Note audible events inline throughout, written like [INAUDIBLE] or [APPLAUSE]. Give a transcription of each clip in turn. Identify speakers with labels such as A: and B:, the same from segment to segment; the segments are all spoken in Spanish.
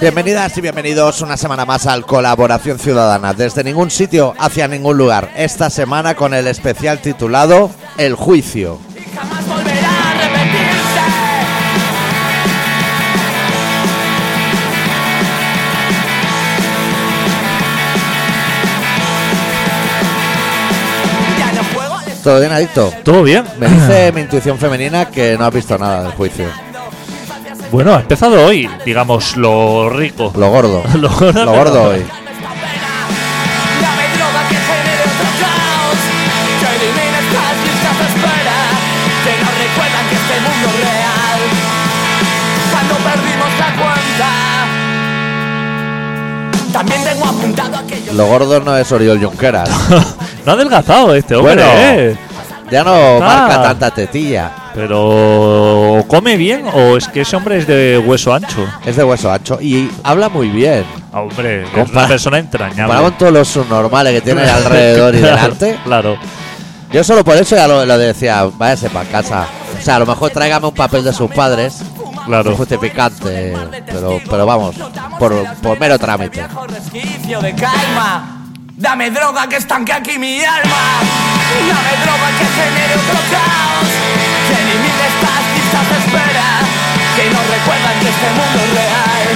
A: Bienvenidas y bienvenidos una semana más al Colaboración Ciudadana, desde ningún sitio hacia ningún lugar, esta semana con el especial titulado El Juicio.
B: Y jamás volverá a repetirse. Ya no juego al
A: ¿Todo bien, adicto?
C: ¿Todo bien?
A: Me
C: [CLEARS THROAT]
A: dice mi intuición femenina que no has visto nada del juicio.
C: Bueno, ha empezado hoy, digamos, lo rico.
A: Lo gordo.
C: [LAUGHS] Lo gordo.
A: Lo gordo hoy.
B: escándalo esta pena. Dame droga que genere otro caos. Que elimine estas listas de espera. Que nos recuerdan que este mundo es real. Cuando perdimos la cuenta. También tengo apuntado aquello.
A: Lo gordo no es Oriol Junqueras.
C: [LAUGHS] no ha adelgazado este hombre,
A: Bueno.
C: ¿eh?
A: Ya no marca
C: Ah.
A: tanta tetilla.
C: Pero come bien o es que ese hombre es de hueso ancho.
A: Es de hueso ancho y habla muy bien.
C: Ah, Hombre, es
A: Compara-
C: una persona entrañable.
A: Comparado con todos los subnormales que
C: [LAUGHS]
A: tiene alrededor y
C: Claro,
A: delante.
C: [LAUGHS] Claro.
A: Yo solo por eso ya lo, lo decía, váyase para casa. O sea, a lo mejor tráigame un papel de sus padres.
C: Claro.
A: Justificante, pero, pero vamos, por, por mero trámite.
B: Viejo resquicio de calma. Dame droga que estanque aquí mi alma. Dame droga que genere otro caos. Que elimine estas listas de espera. Que nos recuerdan que este mundo es real.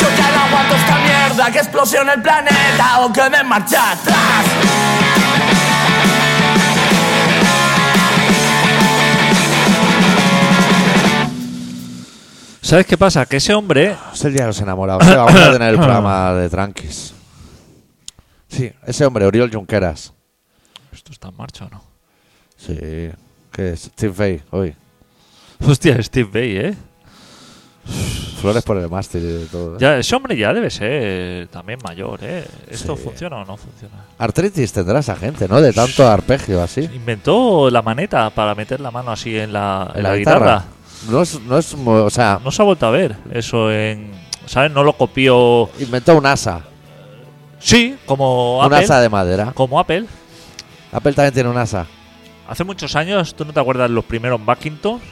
B: Yo ya no aguanto esta mierda que explosione el planeta o que me marcha atrás.
C: ¿Sabes qué pasa? Que ese hombre.
A: Es el día de los enamorados. Sí, Vamos a [COUGHS] tener el programa de Tranquis. Sí, ese hombre, Oriol Junqueras.
C: ¿Esto está en marcha o no? [LAUGHS]
A: Sí, que es Steve Fay hoy.
C: Hostia, Steve Bay, ¿eh?
A: Flores por el mástil y de todo. ¿eh?
C: Ya, ese hombre ya debe ser también mayor, ¿eh? ¿Esto
A: Sí.
C: funciona o no funciona?
A: Artritis tendrá esa gente, ¿no? De tanto arpegio así.
C: Inventó la maneta para meter la mano así en la,
A: En
C: en la guitarra.
A: No es, no es, mu- o sea,
C: No se ha vuelto a ver eso en. ¿Sabes? No lo copió.
A: inventó un asa.
C: Sí, como
A: Un
C: Apple.
A: asa de madera.
C: Como Apple.
A: Apple también tiene un asa.
C: Hace muchos años, ¿tú no te acuerdas los primeros Macintosh?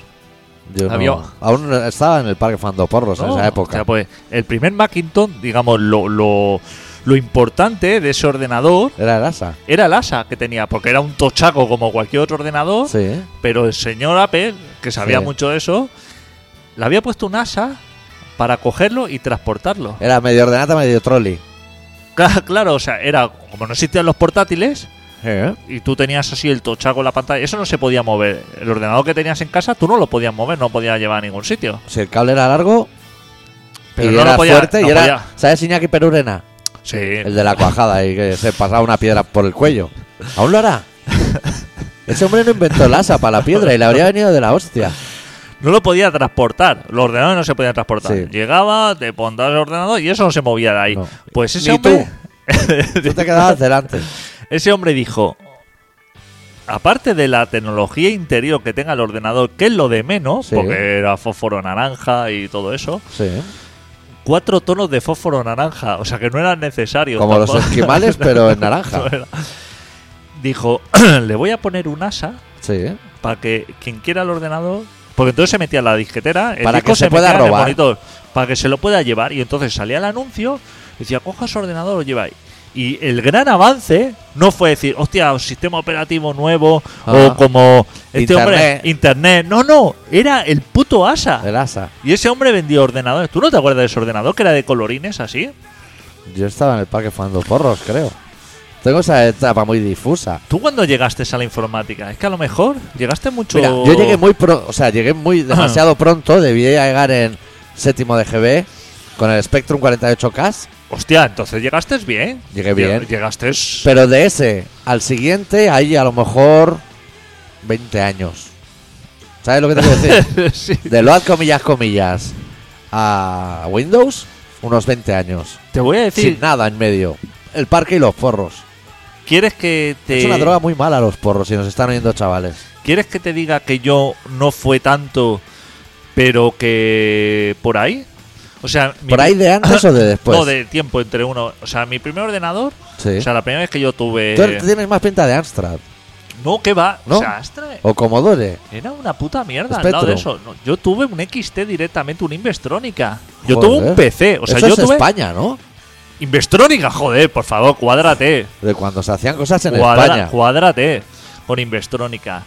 A: Yo no-
C: Había-
A: Aún estaba en el parque Fandoporros en
C: ¿no?
A: esa
C: O sea,
A: época.
C: pues, el primer Macintosh, digamos, lo, lo, lo importante de ese ordenador
A: Era el asa.
C: era el ASA que tenía, porque era un tochaco como cualquier otro ordenador,
A: Sí, ¿eh?
C: pero el señor Apple, que sabía
A: Sí.
C: mucho de eso, le había puesto un ASA para cogerlo y transportarlo.
A: Era medio ordenata, medio trolley.
C: Cla- Claro, o sea, era como no existían los portátiles,
A: ¿Eh?
C: y tú tenías así el tochaco en la pantalla, eso no se podía mover. El ordenador que tenías en casa, tú no lo podías mover, no lo podías llevar a ningún sitio.
A: Si el cable era largo
C: Pero
A: y
C: no
A: era
C: lo podía-
A: fuerte
C: no
A: y era...
C: podía.
A: ¿Sabes Iñaki Perurena?
C: Sí.
A: El de la cuajada y que se pasaba una piedra por el cuello. ¿Aún lo
C: [LAUGHS]
A: hará? Ese hombre no inventó el asa para la piedra y le habría venido de la hostia.
C: No lo podía transportar. Los ordenadores no se podían transportar.
A: Sí.
C: Llegaba, te pondrás el ordenador y eso no se movía de ahí.
A: No.
C: Pues ese
A: Ni
C: hombre.
A: Tú te quedabas delante.
C: ese hombre dijo. Aparte de la tecnología interior que tenga el ordenador, que es lo de menos,
A: Sí.
C: porque era fósforo naranja y todo eso,
A: Sí. ¿eh?
C: cuatro tonos de fósforo naranja, o sea que no eran necesarios.
A: Como los
C: tampoco. [LAUGHS]
A: esquimales, pero en naranja.
C: No era. Dijo, [CLEARS THROAT] le voy a poner un asa
A: Sí. ¿eh?
C: para que quien quiera el ordenador. Porque entonces se metía en la disquetera, el
A: Para
C: disco
A: que se pueda
C: metía en el
A: robar.
C: monitor, para que se lo pueda llevar. Y entonces salía el anuncio, decía, coja su ordenador, lo lleváis. Y el gran avance no fue decir, hostia, un sistema operativo nuevo,
A: Ajá.
C: o como este
A: Ah. Internet.
C: hombre, internet. No, no, era el puto asa.
A: El asa.
C: Y ese hombre vendía ordenadores. ¿Tú no te acuerdas de ese ordenador que era de colorines así?
A: Yo estaba en el parque fumando porros, creo. Tengo esa etapa muy difusa.
C: ¿Tú cuando llegaste a la informática? Es que a lo mejor llegaste mucho.
A: Mira, yo llegué muy pro, o sea, llegué muy demasiado pronto, debí llegar en séptimo de GB con el Spectrum 48K,
C: Hostia, entonces llegaste bien.
A: Llegué
C: Lle-
A: bien.
C: Llegaste.
A: pero de ese al siguiente hay a lo mejor 20 años. ¿Sabes lo que te quiero
C: [LAUGHS]
A: decir?
C: Sí.
A: De lo comillas comillas a Windows unos 20 años,
C: Te voy a decir,
A: sin nada en medio. El parque y los porros.
C: ¿quieres que te
A: Es una droga muy mala los porros si nos están oyendo chavales.
C: quieres que te diga que yo no fue tanto, pero que por ahí? O sea, mi
A: ¿Por
C: pri-
A: ahí de antes
C: [LAUGHS]
A: o de después?
C: No, de tiempo entre uno. O sea, mi primer ordenador,
A: Sí.
C: o sea, eh, la primera vez que yo tuve
A: Tú tienes más pinta de Amstrad
C: No, que va,
A: ¿No?
C: o sea, Astra
A: o Commodore.
C: era una puta mierda al lado de
A: Spectrum.
C: eso. No, yo tuve un XT directamente, un Investronica. Yo
A: Joder.
C: tuve un PC, o sea,
A: Eso
C: yo
A: es
C: tuve
A: España, ¿no?
C: Investrónica, joder, por favor, cuádrate.
A: De cuando se hacían cosas en
C: Cuadra-
A: España.
C: Cuádrate con Investrónica.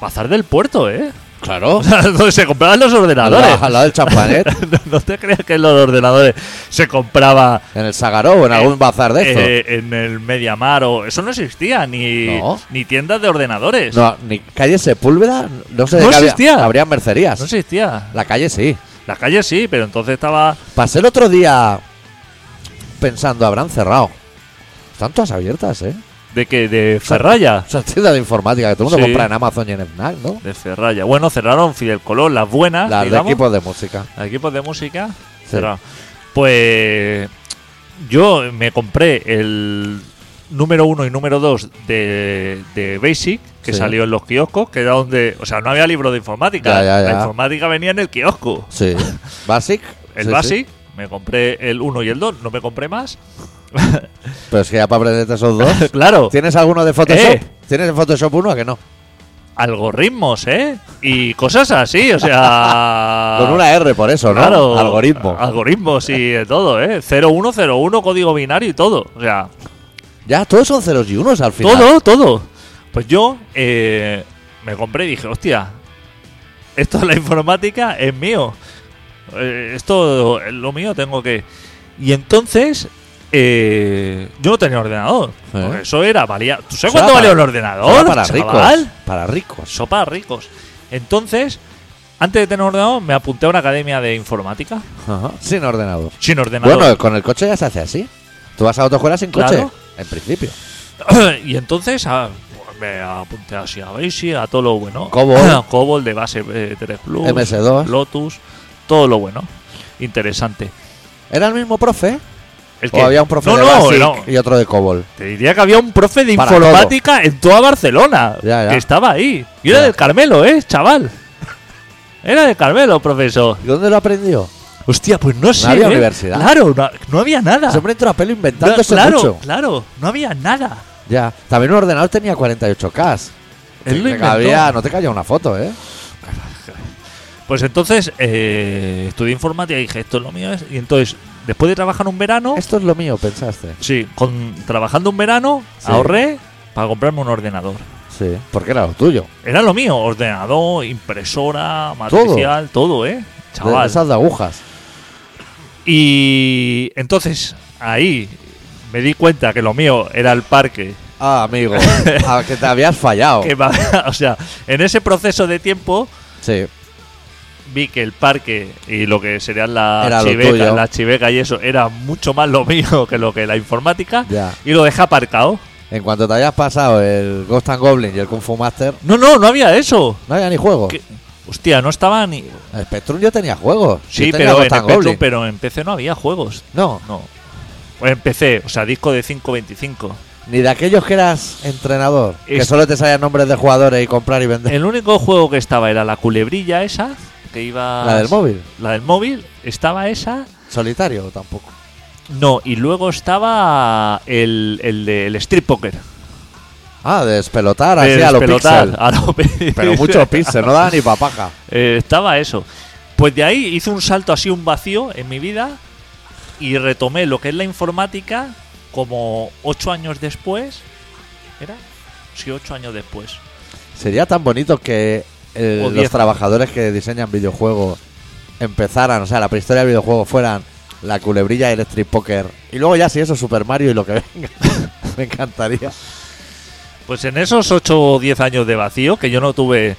C: Bazar del puerto, ¿eh? [LAUGHS]
A: Claro.
C: O sea, donde se compraban los
A: Al
C: ordenadores.
A: lado, al lado del champanet,
C: [LAUGHS] no, no te creas que en los ordenadores se compraba
A: en el Sagaró o en algún
C: Eh,
A: bazar de estos.
C: eh, en el Mediamar o eso no existía ni,
A: No.
C: ni tiendas de ordenadores.
A: No, ni calle Sepúlveda, no sé de
C: No
A: qué había-
C: existía.
A: habría mercerías.
C: No existía.
A: La calle sí.
C: La calle sí, pero entonces estaba
A: Pasé el otro día pensando, habrán cerrado. Están todas abiertas, ¿eh?
C: de que de Ferraya,
A: O sea, [LAUGHS] tiendas de informática que todo el mundo
C: Sí.
A: compra en Amazon y en Fnac, ¿no?
C: de Ferraya. Bueno, cerraron Fidel Colón, las buenas,
A: Las de
C: digamos.
A: equipos de música.
C: Los equipos de música cerraron. Pues yo me compré el número uno y número dos de, de Basic, que
A: Sí.
C: salió en los kioscos, que era donde. O sea, no había libro de informática.
A: Ya, ya, ya.
C: La informática venía en el kiosco. [LAUGHS]
A: Sí. Basic.
C: El
A: sí, sí.
C: Basic, me compré el uno y el dos, no me
A: [LAUGHS]
C: compré más.
A: Pero es que ya para aprenderte esos dos.
C: [LAUGHS] claro,
A: ¿Tienes alguno de Photoshop?
C: Eh.
A: ¿Tienes en Photoshop uno a que no?
C: algoritmos, ¿eh? Y cosas así, o sea.
A: [LAUGHS] Con una R por eso, ¿no?
C: Ah. Claro. Ah,
A: Algoritmo.
C: Algoritmos y de todo, ¿eh? 0101, código binario y todo. O sea,
A: Ya, todos son ceros y unos al final.
C: todo, todo. Pues yo eh, me compré y dije, hostia, esto de la informática es mío. Eh, esto es lo mío, tengo que. Y entonces. eh, yo no tenía ordenador.
A: ¿Eh?
C: Porque Eso era, valía. ¿Tú sabes
A: Eso era
C: cuánto valía un
A: para-
C: ordenador?
A: Era para
C: chaval?
A: ricos. Para ricos.
C: Sopa a ricos. Entonces, antes de tener ordenador, me apunté a una academia de informática.
A: Ajá. Sin ordenador.
C: Sin ordenador.
A: Bueno, con el coche ya se hace así. Tú vas a autoescuela sin coche.
C: Claro.
A: En principio.
C: [COUGHS] y entonces ah, me apunté así a Basic, a todo lo bueno. [COUGHS]
A: Cobol.
C: Cobol de base eh, 3 Plus.
A: MS2.
C: Lotus. Todo lo bueno. Interesante.
A: ¿Era el mismo profe?
C: El
A: ¿O había un profe
C: no,
A: de
C: no,
A: Basic
C: era-
A: y otro de Cobol?
C: Te diría que había un profe de
A: Para
C: informática en toda Barcelona.
A: Ya, ya.
C: Que estaba ahí. Y era
A: Ya.
C: del Carmelo, ¿eh, chaval? Era del Carmelo, profesor.
A: ¿Y dónde lo aprendió?
C: Hostia, pues no sé.
A: había
C: ¿eh?
A: universidad.
C: Claro, no, no había nada.
A: Ese hombre entró a pelo
C: No,
A: inventándose
C: claro,
A: mucho.
C: claro, no había nada.
A: Ya. También un ordenador tenía 48K.
C: Él lo
A: Te
C: inventó.
A: cabía- no te cabía una foto, ¿eh?
C: Pues entonces eh, estudié informática y dije, esto es lo mío. es- Y entonces, después de trabajar un verano,
A: Esto es lo mío, pensaste.
C: sí, con, trabajando un verano,
A: Sí.
C: ahorré para comprarme un ordenador.
A: Sí. Porque era lo tuyo.
C: Era lo mío, ordenador, impresora, material, todo, ¿eh?
A: De-
C: Chaval.
A: esas de agujas.
C: Y entonces ahí me di cuenta que lo mío era el parque.
A: Ah,
C: [LAUGHS]
A: amigo. a que te habías fallado.
C: Que va- [LAUGHS] o sea, en ese proceso de tiempo
A: Sí.
C: vi que el parque y lo que serían las
A: Era lo
C: chivecas,
A: tuyo.
C: las chivecas y eso, era mucho más lo mío [LAUGHS] que lo que la informática.
A: Ya.
C: Y lo dejé aparcado.
A: En cuanto te hayas pasado el Ghost and Goblin y el Kung Fu Master,
C: No, no, no había eso.
A: no había ni juego.
C: Que- Hostia, no estaba ni.
A: En Spectrum yo tenía juegos.
C: Sí,
A: Yo tenía
C: pero en,
A: Ghost and
C: Spectrum,
A: Goblin.
C: pero en PC no había juegos.
A: No,
C: No. Pues en PC, o sea, disco
A: [LAUGHS]
C: de 525.
A: ni de aquellos que eras entrenador, que
C: Es- Eh.
A: solo te salían nombres de jugadores y comprar y vender.
C: El único juego que estaba era la culebrilla esa, que iba.
A: La del móvil,
C: La del móvil, estaba esa.
A: solitario tampoco.
C: No, y luego estaba el, el del Street Poker.
A: Ah, de despelotar
C: De
A: así a los
C: despelotar,
A: pixel.
C: a lo pixel. [LAUGHS]
A: Pero muchos píxeles, no daba ni pa' paja.
C: Eh, estaba eso. Pues de ahí hice un salto así, un vacío en mi vida y retomé lo que es la informática como ocho años después. ¿Era? Sí, ocho años después.
A: Sería tan bonito que eh,
C: O
A: los
C: diez.
A: trabajadores que diseñan videojuegos empezaran, o sea, la prehistoria del videojuego fueran la culebrilla y el street poker. Y luego ya si eso, Super Mario y lo que venga. [LAUGHS] Me encantaría.
C: Pues en esos ocho o diez años de vacío que yo no tuve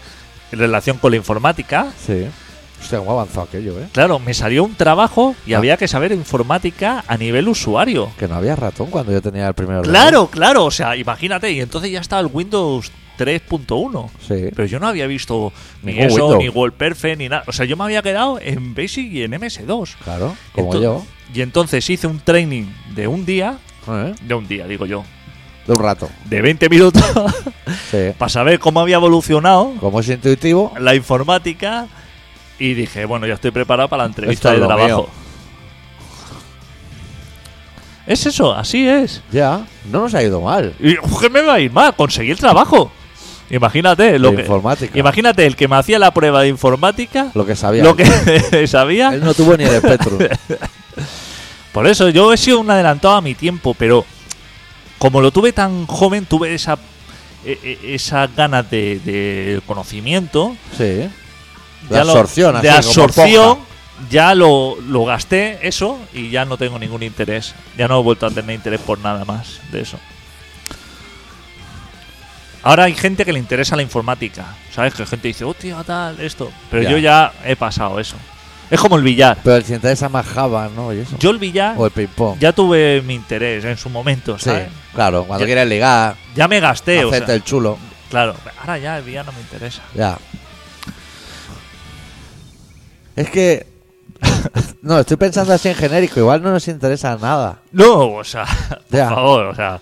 C: relación con la informática,
A: Sí. Hostia, cómo ha avanzado aquello, ¿eh?
C: claro, me salió un trabajo y
A: Ah.
C: había que saber informática a nivel usuario.
A: Que no había ratón cuando yo tenía el primer ordenador.
C: Claro, claro, o sea, imagínate, y entonces ya estaba el Windows 3.1.
A: Sí.
C: Pero yo no había visto ni
A: Ningún
C: eso,
A: Windows.
C: ni WordPerfect, ni nada. O sea, yo me había quedado en Basic y en MS2.
A: Claro, como
C: Ento-
A: yo.
C: Y entonces hice un training de un día,
A: ¿eh?
C: de un día, digo yo,
A: De un rato.
C: de 20
A: [LAUGHS]
C: minutos,
A: Sí.
C: para saber cómo había evolucionado
A: Como es intuitivo,
C: la informática. Y dije, bueno, ya estoy preparado para la entrevista
A: Esto es
C: de
A: lo
C: trabajo.
A: mío.
C: Es eso, así es.
A: ya, no nos ha ido mal.
C: Y, uf, ¿Qué me va a ir mal? Conseguí el trabajo. Imagínate lo
A: De
C: que.
A: informática.
C: Imagínate el que me hacía la prueba de informática,
A: Lo que sabía.
C: lo que [LAUGHS] sabía.
A: Él no tuvo ni el
C: [LAUGHS]
A: espectro.
C: Por eso yo he sido un adelantado a mi tiempo, pero como lo tuve tan joven, tuve esa e- e- esas ganas de, de conocimiento,
A: Sí. De
C: ya lo-
A: absorción,
C: de
A: así, como
C: absorción,
A: esponja.
C: ya lo, lo gasté eso y ya no tengo ningún interés. Ya no he vuelto a tener interés por nada más de eso. Ahora hay gente que le interesa la informática, ¿sabes? Que gente dice, hostia, tal, esto. Pero
A: Ya.
C: yo ya he pasado eso. Es como el billar.
A: Pero el que interesa más Java, ¿no? Y eso.
C: Yo el billar
A: o el ping-pong.
C: ya tuve mi interés en su momento,
A: Sí,
C: ¿sabes?
A: claro. Cuando
C: Ya-
A: quieres ligar,
C: Ya me gasté, o
A: hacerte
C: sea,
A: el chulo.
C: claro. Ahora ya el billar no
A: [LAUGHS]
C: me interesa.
A: Ya. Es que. [LAUGHS] No, estoy pensando así en genérico. Igual no nos interesa nada.
C: No, o sea, por
A: Ya.
C: favor, o sea,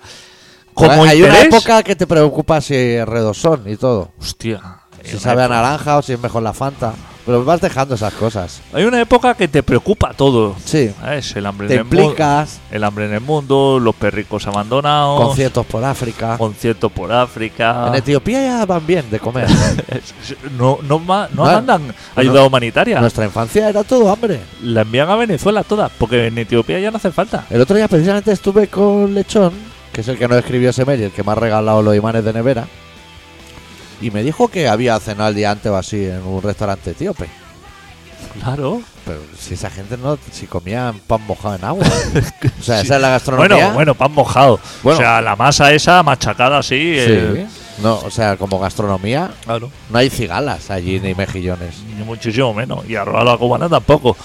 C: como
A: hay
C: interés,
A: una época que te preocupa si es redosón y todo.
C: hostia, hay
A: Si
C: una
A: sabe a
C: época-
A: naranja o si es mejor la Fanta. Pero vas dejando esas cosas.
C: Hay una época que te preocupa todo.
A: Sí.
C: Es el hambre
A: Te
C: en el mundo,
A: implicas.
C: el hambre en el mundo, los perricos abandonados,
A: Conciertos por África.
C: conciertos por África.
A: En este- Etiopía ya van bien de
C: [LAUGHS]
A: comer.
C: no no, ma- no
A: No,
C: mandan ayuda humanitaria.
A: Nuestra infancia era todo hambre.
C: La envían a Venezuela todas, porque en Etiopía ya no hace falta.
A: El otro día precisamente estuve con Lechón, que es el que no escribió ese mail y el que me ha regalado los imanes de nevera. Y me dijo que había cenado el día antes o así en un restaurante etíope.
C: Claro.
A: Pero si esa gente no, si comían pan mojado en
C: [LAUGHS]
A: agua. o sea, esa es la gastronomía.
C: Bueno, bueno, pan mojado.
A: Bueno.
C: O sea, la masa esa machacada así. eh,
A: Sí. No, o sea, como gastronomía,
C: claro.
A: no hay cigalas allí ni mejillones.
C: Ni muchísimo menos. Y arroz a la cubana tampoco.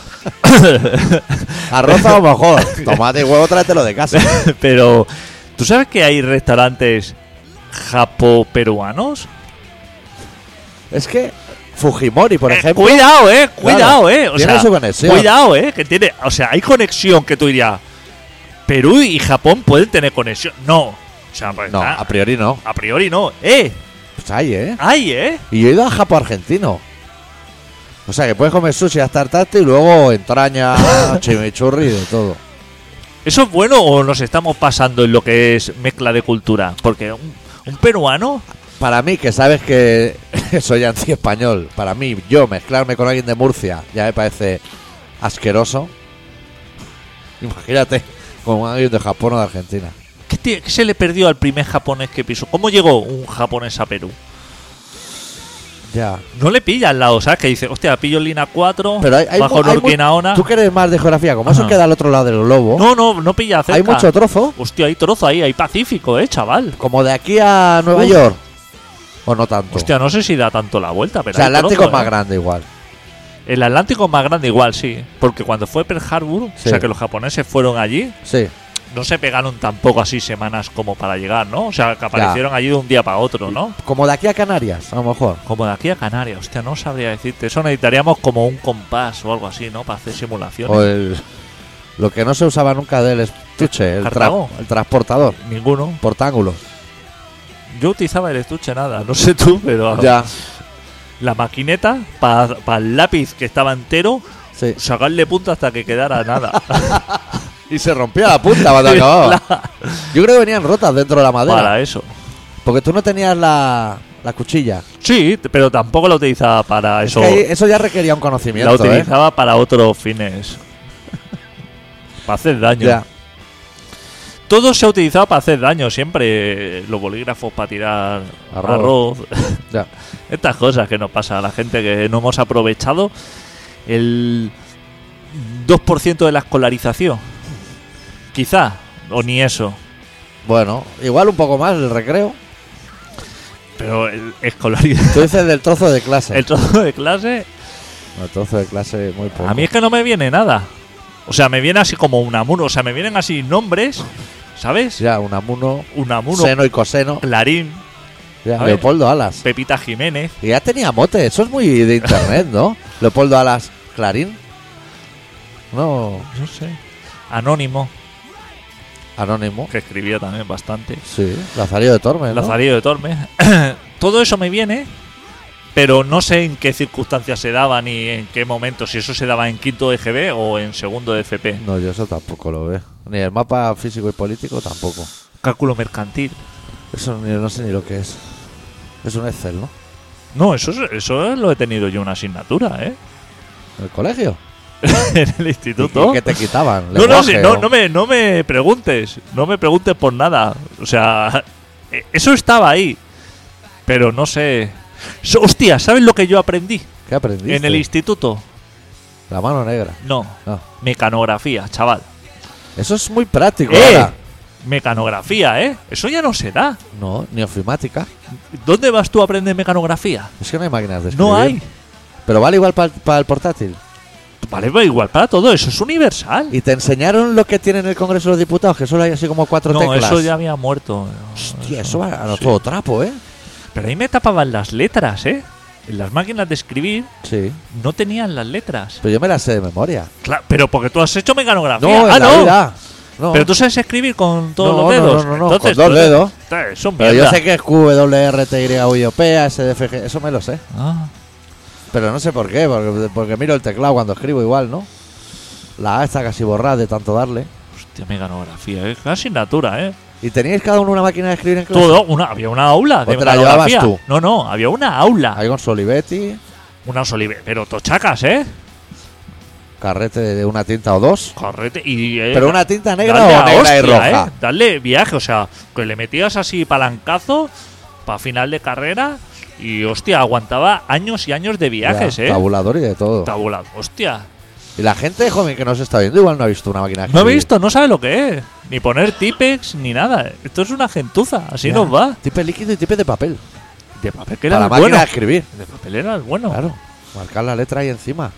C: [LAUGHS]
A: Arroz a lo mejor. Tomate y huevo, tráetelo de casa.
C: Pero, ¿tú sabes que hay restaurantes japo-peruanos?
A: Es que Fujimori, por
C: Eh,
A: ejemplo.
C: cuidado, eh. Cuidado,
A: Claro,
C: eh. O
A: tiene
C: sea,
A: su conexión.
C: Cuidado, eh. Que tiene, o sea, hay conexión que tú dirías. Perú y Japón pueden tener conexión. No. O sea, pues,
A: No,
C: ah,
A: a priori no.
C: a priori no. Eh.
A: Pues hay, ¿eh?
C: Hay, eh.
A: Y yo he ido a Japón argentino. O sea, que puedes comer sushi hasta hartarte y luego entraña, chimichurri y de todo.
C: ¿Eso es bueno o nos estamos pasando en lo que es mezcla de cultura? Porque un, un peruano,
A: Para mí, que sabes que [LAUGHS] soy anti-español, para mí, yo mezclarme con alguien de Murcia ya me parece asqueroso. Imagínate con alguien de Japón o de Argentina.
C: ¿qué, ti- qué se le perdió al primer japonés que pisó? ¿Cómo llegó un japonés a Perú?
A: Ya.
C: No le pilla al lado, ¿sabes? Que dice, hostia, pillo en línea 4,
A: Pero hay, hay
C: bajo
A: mu- hay mu-
C: Norquinaona.
A: Tú que eres más de geografía, como eso
C: Ajá.
A: queda al otro lado del globo,
C: No, no, no pilla cerca.
A: hay mucho trozo,
C: Hostia, hay trozo ahí, hay Pacífico, eh, chaval.
A: como de aquí a Nueva
C: Uf.
A: York. O no tanto.
C: Hostia, no sé si da tanto la vuelta, pero.
A: o sea,
C: hay
A: Atlántico
C: trozo,
A: es más
C: eh.
A: grande igual.
C: El Atlántico es más grande, igual, sí. Porque cuando fue Pearl Harbor,
A: Sí.
C: o sea, que los japoneses fueron allí,
A: Sí.
C: no se pegaron tampoco así semanas como para llegar, ¿no? O sea, que aparecieron allí de un día para otro, ¿no?
A: Como de aquí a Canarias, a lo mejor.
C: Como de aquí a Canarias, hostia, no sabría decirte. Eso necesitaríamos como un compás o algo así, ¿no? Para hacer simulaciones.
A: O el. Lo que no se usaba nunca del estuche, el, tra-
C: Cartago.
A: el transportador.
C: Ninguno.
A: Portángulo.
C: Yo utilizaba el estuche nada, no sé tú, pero
A: Ya.
C: la maquineta para el lápiz que estaba entero,
A: Sí.
C: sacarle punta hasta que
A: [LAUGHS]
C: quedara nada.
A: Y se rompía la punta [LAUGHS] cuando acababa. Yo creo que venían rotas dentro de la madera.
C: para eso.
A: Porque tú no tenías la, la cuchilla.
C: Sí, t- pero tampoco la utilizaba para eso.
A: Es que ahí- eso ya requería un
C: la
A: conocimiento. ¿eh?
C: utilizaba para
A: [LAUGHS]
C: otros fines. para hacer daño.
A: Ya.
C: Todo se ha utilizado para hacer daño siempre. Los bolígrafos para tirar
A: Arroz.
C: arroz.
A: ya.
C: Estas cosas que nos pasa a la gente que no hemos aprovechado el 2% de la escolarización. Quizá, o ni eso.
A: Bueno, igual un poco más el recreo.
C: Pero el [LAUGHS] escolaridad.
A: Tú dices del trozo de clase.
C: El trozo de clase
A: No, El trozo de clase muy poco.
C: A mí es que no me viene nada. O sea, me viene así como Unamuno. O sea, me vienen así nombres, ¿sabes?
A: Ya, Unamuno,
C: Unamuno,
A: seno y coseno.
C: Clarín,
A: Ya,
C: A ver.
A: Leopoldo Alas.
C: Pepita Jiménez.
A: Y ya tenía mote, eso es muy de internet,
C: [LAUGHS]
A: ¿no? Leopoldo Alas Clarín. No,
C: No sé. Anónimo,
A: anónimo.
C: que escribía también bastante.
A: Sí, Lazarillo de Tormes. ¿no?
C: Lazarillo de Tormes. [COUGHS] Todo eso me viene, pero no sé en qué circunstancias se daba ni en qué momento. Si eso se daba en quinto de GB o en segundo de FP.
A: No, yo eso tampoco lo veo. Ni el mapa físico y político tampoco.
C: Cálculo mercantil.
A: Eso ni- no sé ni lo que es. Es un Excel, ¿no?
C: No, eso, es- eso lo he tenido yo una asignatura, ¿eh? [LAUGHS]
A: En el colegio.
C: en el instituto.
A: que te quitaban.
C: [LAUGHS] No, no,
A: lenguaje
C: sí, no,
A: o-
C: no me, no me preguntes. No me preguntes por nada. O sea, [LAUGHS] eh, eso estaba ahí. Pero no sé. So- Hostia, ¿sabes lo que yo aprendí
A: ¿Qué aprendiste?
C: en el instituto?
A: La mano negra.
C: No,
A: No.
C: mecanografía, chaval.
A: Eso es muy práctico
C: ¡Eh!
A: ahora.
C: Mecanografía, ¿eh? Eso ya no se da.
A: No, ni ofimática.
C: ¿Dónde vas tú a aprender mecanografía?
A: Es que no hay máquinas de Pues escribir.
C: No hay.
A: Pero vale igual para el portátil.
C: Vale, va igual para todo. Eso es universal.
A: ¿Y te enseñaron lo que tienen en el Congreso de los Diputados? Que solo hay así como cuatro
C: no,
A: teclas.
C: eso ya había muerto.
A: Hostia, eso va a
C: sí.
A: todo trapo, ¿eh?
C: Pero ahí me tapaban las letras, ¿eh? En las máquinas de escribir
A: Sí.
C: no tenían las letras.
A: Pero yo me la sé de memoria.
C: Claro, pero porque tú has hecho mecanografía.
A: No, en
C: ah,
A: la
C: no.
A: vida. No.
C: Pero tú sabes escribir con todos
A: No,
C: los
A: no,
C: dedos.
A: no, no, no,
C: Entonces,
A: con dos
C: tú-
A: dedos.
C: Claro, Eso es
A: Pero yo
C: mierda.
A: sé que es Q, W, R, T, Y, U, I, O, P, A, S, D, F, G. Eso me lo sé.
C: Ah,
A: Pero no sé por qué, porque, porque miro el teclado cuando escribo igual, ¿no? La A está casi borrada de tanto darle.
C: hostia, mecanografía. Es una asignatura, ¿eh?
A: ¿Y teníais cada uno una máquina de escribir en clase?
C: Todo, una, había una aula de
A: ¿O te la
C: mecanografía.
A: llevabas tú?
C: No, no, había una aula.
A: Ahí con Solivetti,
C: Una solive, pero tochacas, ¿eh?
A: carrete de una tinta o dos.
C: Correte y... eh,
A: ¿Pero una tinta negra
C: darle
A: o
C: a
A: negra y
C: hostia,
A: roja?
C: ¿eh? Darle viaje, o sea, que le metías así palancazo para final de carrera y, hostia, aguantaba años y años de viajes,
A: Ya,
C: ¿eh?
A: Tabulador y de todo.
C: Tabulado. Hostia,
A: Y la gente joven que nos está viendo igual no ha visto una máquina de
C: No he
A: escribir.
C: visto, no sabe lo que es. Ni poner tipex ni nada. Esto es una gentuza, así
A: Ya.
C: nos va.
A: Tipe líquido y tipe de papel.
C: De papel que
A: Para
C: era
A: la
C: el
A: máquina
C: bueno.
A: de escribir.
C: De papel era el bueno. Claro.
A: Claro. Marcar la letra ahí encima.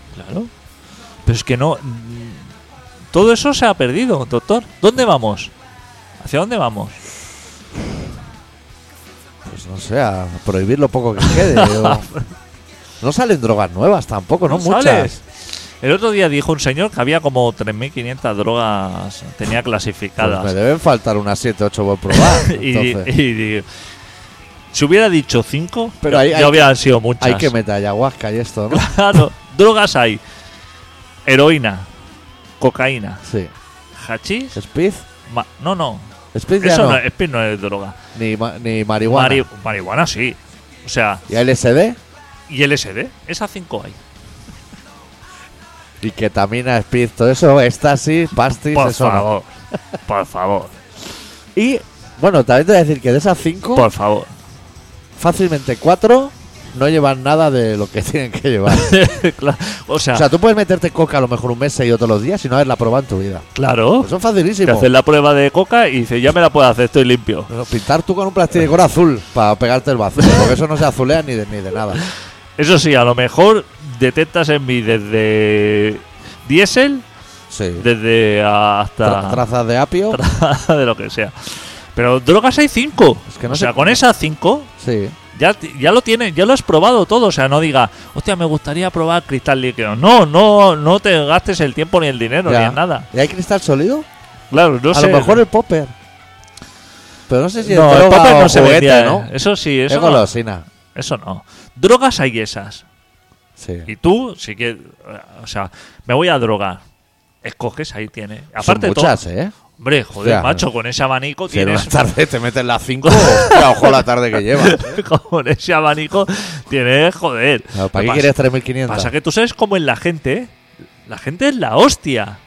C: Pero es que no. mm, Todo eso se ha perdido, doctor. ¿Dónde vamos? ¿Hacia dónde vamos?
A: Pues no sé, a prohibir lo poco que quede.
C: [LAUGHS]
A: o- No salen drogas nuevas tampoco, no, muchas. Pues
C: sales. El otro día dijo un señor que había como 3.500 drogas, tenía
A: Pues
C: clasificadas.
A: me deben faltar unas 7, 8 por probar.
C: [LAUGHS] y, di-
A: entonces.
C: y di- si hubiera dicho 5,
A: Pero
C: ya,
A: hay-
C: ya
A: hay que-
C: hubieran sido muchas.
A: Hay que meter ayahuasca y esto, ¿no?
C: [LAUGHS] Claro, drogas hay. Heroína, cocaína,
A: sí.
C: hachís,
A: Speed.
C: ma- no, no,
A: Speed ya
C: eso
A: no.
C: no, es- no es droga.
A: Ni, ma- ni marihuana.
C: Mari- marihuana sí. O sea,
A: y LSD.
C: y LSD, esas cinco hay.
A: Y ketamina, speed, todo eso. Éxtasis, pastis,
C: por
A: eso no.
C: favor, por favor,
A: Y bueno, también te voy a decir que de esas 5,
C: por favor. [LAUGHS]
A: fácilmente 4 no llevan nada de lo que [LAUGHS] tienen que llevar.
C: Cla- o, sea,
A: o sea, tú puedes meterte coca a lo mejor un mes y todos los días y no haberla probado en tu vida.
C: claro,
A: Pues son
C: te
A: facilísimos.
C: haces la prueba de coca y dices, ya me la puedo hacer, estoy limpio.
A: Pero Pintar tú con un plasticor azul para pegarte el vacío, porque eso no se azulea ni de, ni de nada.
C: Eso sí, a lo mejor detectas en mí desde diésel,
A: Sí.
C: desde hasta...
A: Tra- trazas de apio.
C: Tra- [LAUGHS] de lo que sea. Pero drogas hay cinco.
A: Es que no
C: o
A: sé-
C: sea, con esas cinco
A: sí.
C: ya, ti- ya lo tienes, ya lo has probado todo. O sea, no diga, hostia, me gustaría probar cristal líquido. No, no, no te gastes el tiempo ni el dinero ni
A: Ya.
C: en nada.
A: ¿Y hay cristal sólido?
C: Claro, no
A: a
C: sé.
A: lo mejor el popper. Pero no sé si
C: no,
A: es
C: el
A: droga
C: papel
A: o
C: no se
A: juguete,
C: vendía, ¿eh?
A: ¿no?
C: Eso sí,
A: Es
C: eso no,
A: golosina.
C: eso no. Drogas hay esas.
A: Sí.
C: Y tú, sí que. eh, O sea, me voy a drogar. Escoges, ahí tienes. Aparte
A: Son
C: de
A: muchas,
C: todo.
A: ¿eh?
C: Hombre, joder,
A: Hostia.
C: macho, con ese abanico
A: Si en
C: tienes.
A: una tarde te meten las 5, ojo la tarde que llevas.
C: [LAUGHS] con ese abanico tienes, joder.
A: Claro, ¿Para
C: Lo
A: qué
C: pas-
A: quieres
C: Pasa
A: 3.500?
C: que tú sabes cómo es la gente. ¿eh? La gente es la hostia.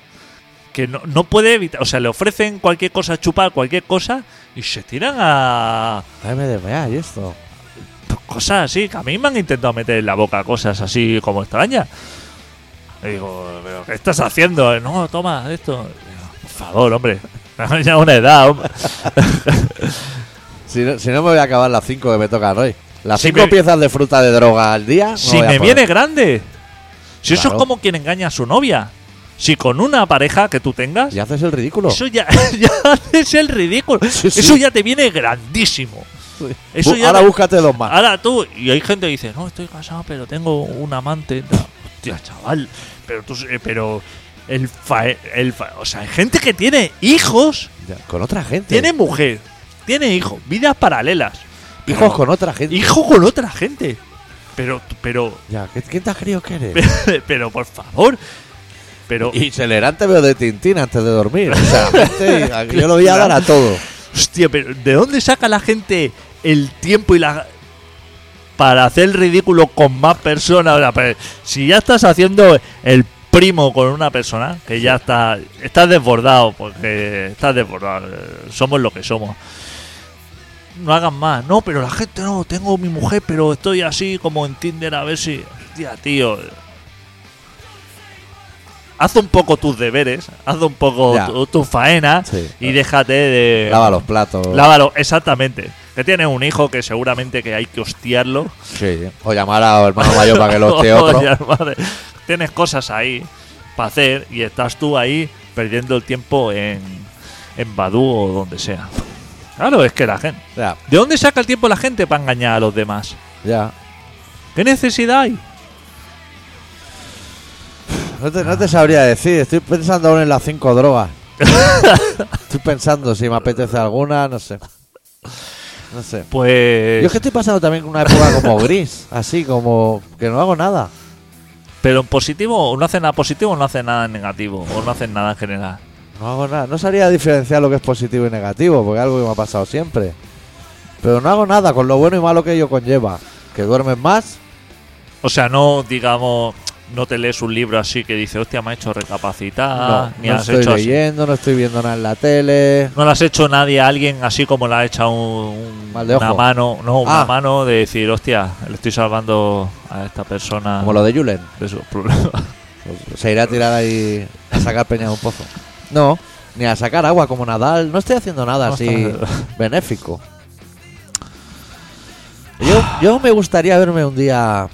C: Que no, no puede evitar. O sea, le ofrecen cualquier cosa, chupar cualquier cosa. Y se tiran a.
A: MDMA y esto.
C: pues, Cosas así. Que a mí me han intentado meter en la boca cosas así como extrañas. Y digo, ¿pero qué estás haciendo? No, toma esto. Digo, Por favor, hombre. [LAUGHS] Ya una edad, hombre.
A: Si no, si no me voy a acabar las 5 que me tocan hoy. Las
C: Si
A: 5
C: me-
A: piezas de fruta de droga al día. no
C: Si
A: voy a
C: me
A: poder.
C: viene grande. Si eso es
A: Claro.
C: como quien engaña a su novia. Si con una pareja que tú tengas.
A: Y haces el ridículo.
C: Eso ya, [LAUGHS] ya es el ridículo.
A: Sí, sí.
C: Eso ya te viene grandísimo. eso
A: Bu-
C: ya
A: Ahora
C: no- Ah.
A: búscate dos más.
C: Ahora tú, y hay gente que dice, no, estoy casado, pero tengo un amante. No, Hostia, chaval. Pero tú, eh, pero el, fa- el fa- O sea, hay gente que tiene hijos,
A: Ya, Con otra gente.
C: tiene mujer, tiene hijos, vidas paralelas.
A: hijos con otra gente.
C: Hijo con otra gente. Pero, pero, [LAUGHS]
A: Ya, ¿qué- ¿quién te has creído que eres?
C: pero, por favor. Pero,
A: Y Celerante veo de Tintín antes de dormir. O sea, gente, aquí yo lo
C: [LAUGHS]
A: voy a dar a todo.
C: Hostia, pero ¿de dónde saca la gente el tiempo y la. para hacer el ridículo con más personas. O sea, pero si ya estás haciendo el primo con una persona que ya está, estás desbordado, porque estás desbordado, eh, somos lo que somos. No hagan más, no, pero la gente no, tengo mi mujer, pero estoy así como en Tinder a ver si. Hostia, tío. Haz un poco tus deberes, haz un poco
A: Ya.
C: tu, tu faena
A: Sí,
C: y
A: claro.
C: déjate de.
A: Lava los platos.
C: Lávalo, exactamente. Que tienes un hijo que seguramente que hay que hostiarlo.
A: Sí. O llamar a hermano mayor para que lo
C: [LAUGHS]
A: esté otro.
C: Oye, madre. Tienes cosas ahí para hacer y estás tú ahí perdiendo el tiempo en, en Badú o donde sea. Claro, es que la gente.
A: Ya,
C: ¿De dónde saca el tiempo la gente para engañar a los demás?
A: ya.
C: ¿Qué necesidad hay?
A: No te, no te sabría decir, estoy pensando aún en las cinco
C: [LAUGHS]
A: drogas. estoy pensando si me apetece alguna, no sé. No sé.
C: Pues.
A: Yo es que estoy pasando también una época
C: [LAUGHS]
A: como gris, así como que no hago nada.
C: Pero en positivo, o no hacen nada positivo o no hacen nada en negativo. O no hacen nada en general.
A: No hago nada. No sabría diferenciar lo que es positivo y negativo, porque es algo que me ha pasado siempre. Pero no hago nada con lo bueno y malo que ello conlleva. Que duermes más,
C: O sea, no, digamos, no te lees un libro así que dice, hostia, me ha hecho recapacitar.
A: no,
C: Ah, ni
A: no
C: has
A: estoy
C: hecho así.
A: leyendo, no estoy viendo nada en la tele.
C: No le has hecho nadie a alguien así como le ha echado un- un-
A: Mal de ojo.
C: una mano, no, una
A: Ah.
C: mano de decir, hostia, le estoy salvando a esta persona
A: Como lo de Julen.
C: de sus problemas. [LAUGHS]
A: Se irá a tirar ahí a sacar peña de un pozo. No, ni a sacar agua como Nadal. No estoy haciendo nada
C: No
A: así
C: está-
A: benéfico. Yo, yo me gustaría verme un día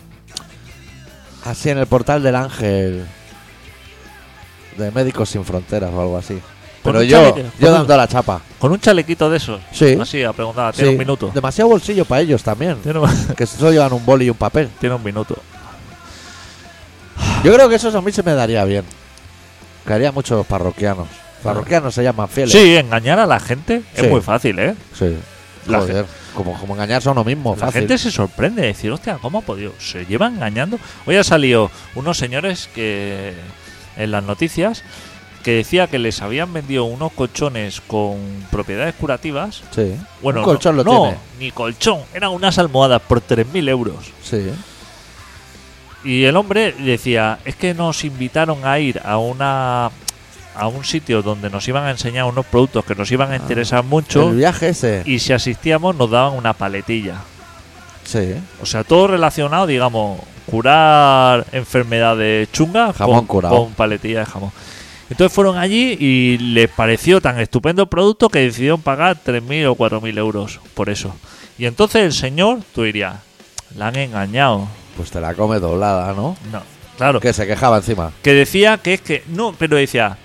A: así en el portal del Ángel de Médicos Sin Fronteras o algo así.
C: Con
A: Pero
C: un
A: yo,
C: chaleque,
A: yo
C: con
A: dando la chapa.
C: Con un chalequito de esos.
A: Sí.
C: Así, a preguntar, tiene
A: Sí.
C: un minuto.
A: Demasiado bolsillo para ellos
C: [LAUGHS]
A: también.
C: Tiene un,
A: Que solo llevan un boli y un papel.
C: tiene un minuto.
A: Yo creo que eso a mí se me daría bien. Que haría muchos parroquianos. Parroquianos se llaman fieles.
C: Sí, engañar a la gente
A: Sí.
C: es muy fácil, ¿eh?
A: Sí.
C: La
A: Joder, como, como engañarse a uno mismo,
C: La
A: fácil.
C: gente se sorprende de decir, hostia, ¿cómo ha podido? Se lleva engañando. Hoy han salido unos señores que en las noticias que decía que les habían vendido unos colchones con propiedades curativas
A: Sí.
C: Bueno,
A: Un colchón
C: no,
A: lo
C: no,
A: tiene.
C: ni colchón. Eran unas almohadas por 3.000 euros.
A: Sí.
C: Y el hombre decía, es que nos invitaron a ir a una a un sitio donde nos iban a enseñar unos productos que nos iban a interesar mucho
A: Ah, El viaje ese.
C: y si asistíamos nos daban una paletilla.
A: Sí.
C: O sea, todo relacionado, digamos, curar enfermedades chungas
A: Jamón
C: con,
A: curado.
C: con paletilla de jamón. Entonces fueron allí y les pareció tan estupendo el producto que decidieron pagar 3.000 o 4.000 euros por eso. Y entonces el señor, tú dirías, la han engañado.
A: Pues te la come doblada, ¿no?
C: No, claro.
A: Que se quejaba encima.
C: Que decía que es que. No, pero decía.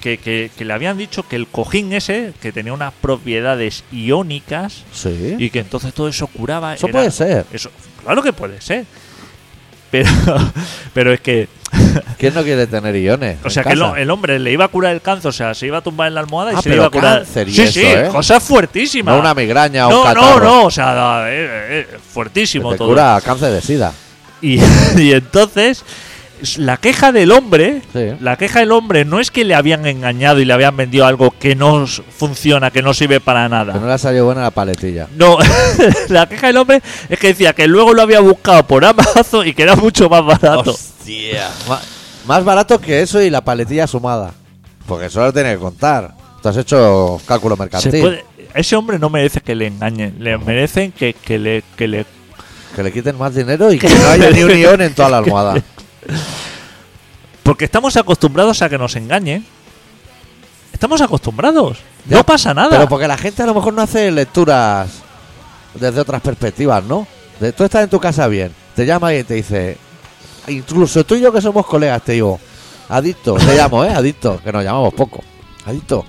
C: Que, que- que le habían dicho que el cojín ese, que tenía unas propiedades iónicas,
A: Sí.
C: y que entonces todo eso curaba.
A: Eso
C: era-
A: puede ser.
C: Eso, claro que puede ser. Pero, [LAUGHS] pero es que.
A: ¿Quién no quiere tener iones?
C: O
A: en
C: sea, que el,
A: casa?
C: el hombre le iba a curar el cáncer, o sea, se iba a tumbar en la almohada y
A: Ah,
C: se le
A: pero
C: iba a curar.
A: cáncer y
C: sí,
A: eso,
C: sí,
A: ¿eh?
C: cosas fuertísimas.
A: No una migraña o un
C: no, no,
A: catarro.
C: no, o sea, da- eh, eh,
A: Que
C: fuertísimo
A: te
C: todo.
A: cura cáncer de sida.
C: Y, [LAUGHS] y entonces, la queja del hombre,
A: Sí.
C: la queja del hombre no es que le habían engañado y le habían vendido algo que no s- funciona, que no sirve para nada.
A: Que no le ha salido buena la paletilla.
C: No, [LAUGHS] la queja del hombre es que decía que luego lo había buscado por Amazon y que era mucho más barato.
A: Hostia. Ma- más barato que eso y la paletilla sumada. Porque eso lo tienes que contar. Tú has hecho cálculo
C: Se
A: mercantil.
C: puede- ese hombre no merece que le engañen, le merecen que, que le, que le-
A: Que le quiten más dinero
C: [LAUGHS]
A: y que no haya ni un ion en toda la almohada.
C: Porque estamos acostumbrados a que nos engañen. Estamos acostumbrados.
A: Ya,
C: no pasa nada.
A: Pero porque la gente a lo mejor no hace lecturas desde otras perspectivas, ¿no? De, tú estás en tu casa bien, te llama y te dice, incluso tú y yo que somos colegas, te digo, adicto, te llamo, ¿eh? Adicto, que nos llamamos poco. Adicto,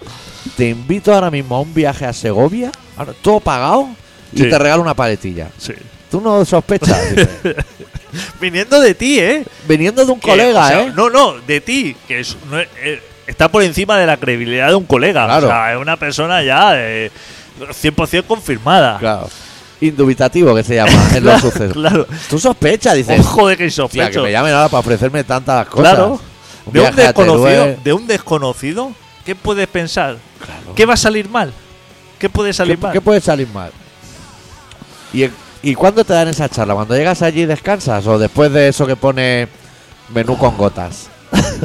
A: te invito ahora mismo a un viaje a Segovia, ahora, todo pagado, y
C: Sí.
A: te regalo una paletilla.
C: Sí.
A: Tú no sospechas,
C: [LAUGHS]
A: dice.
C: Viniendo de ti, ¿eh?
A: viniendo de un
C: Que,
A: colega,
C: o sea,
A: ¿eh?
C: No, no, de ti, que es- no es- eh, está por encima de la credibilidad de un colega.
A: Claro.
C: O sea, es una persona ya eh, 100% confirmada.
A: Claro. Indubitativo que se llama en
C: [LAUGHS]
A: los sucesos.
C: Claro.
A: Tú sospechas, dices.
C: Ojo de que
A: Hostia,
C: sospecho.
A: que me llamen ahora para ofrecerme tantas cosas.
C: claro. De un
A: viaje a Teruel.
C: desconocido, de un desconocido, ¿qué puedes pensar?
A: Claro.
C: ¿Qué va a salir mal? ¿Qué puede salir
A: ¿Qué,
C: mal?
A: qué puede salir mal? Y en- ¿Y cuándo te dan esa charla? ¿Cuando llegas allí y descansas? ¿O después de eso que pone menú con
C: [LAUGHS]
A: gotas?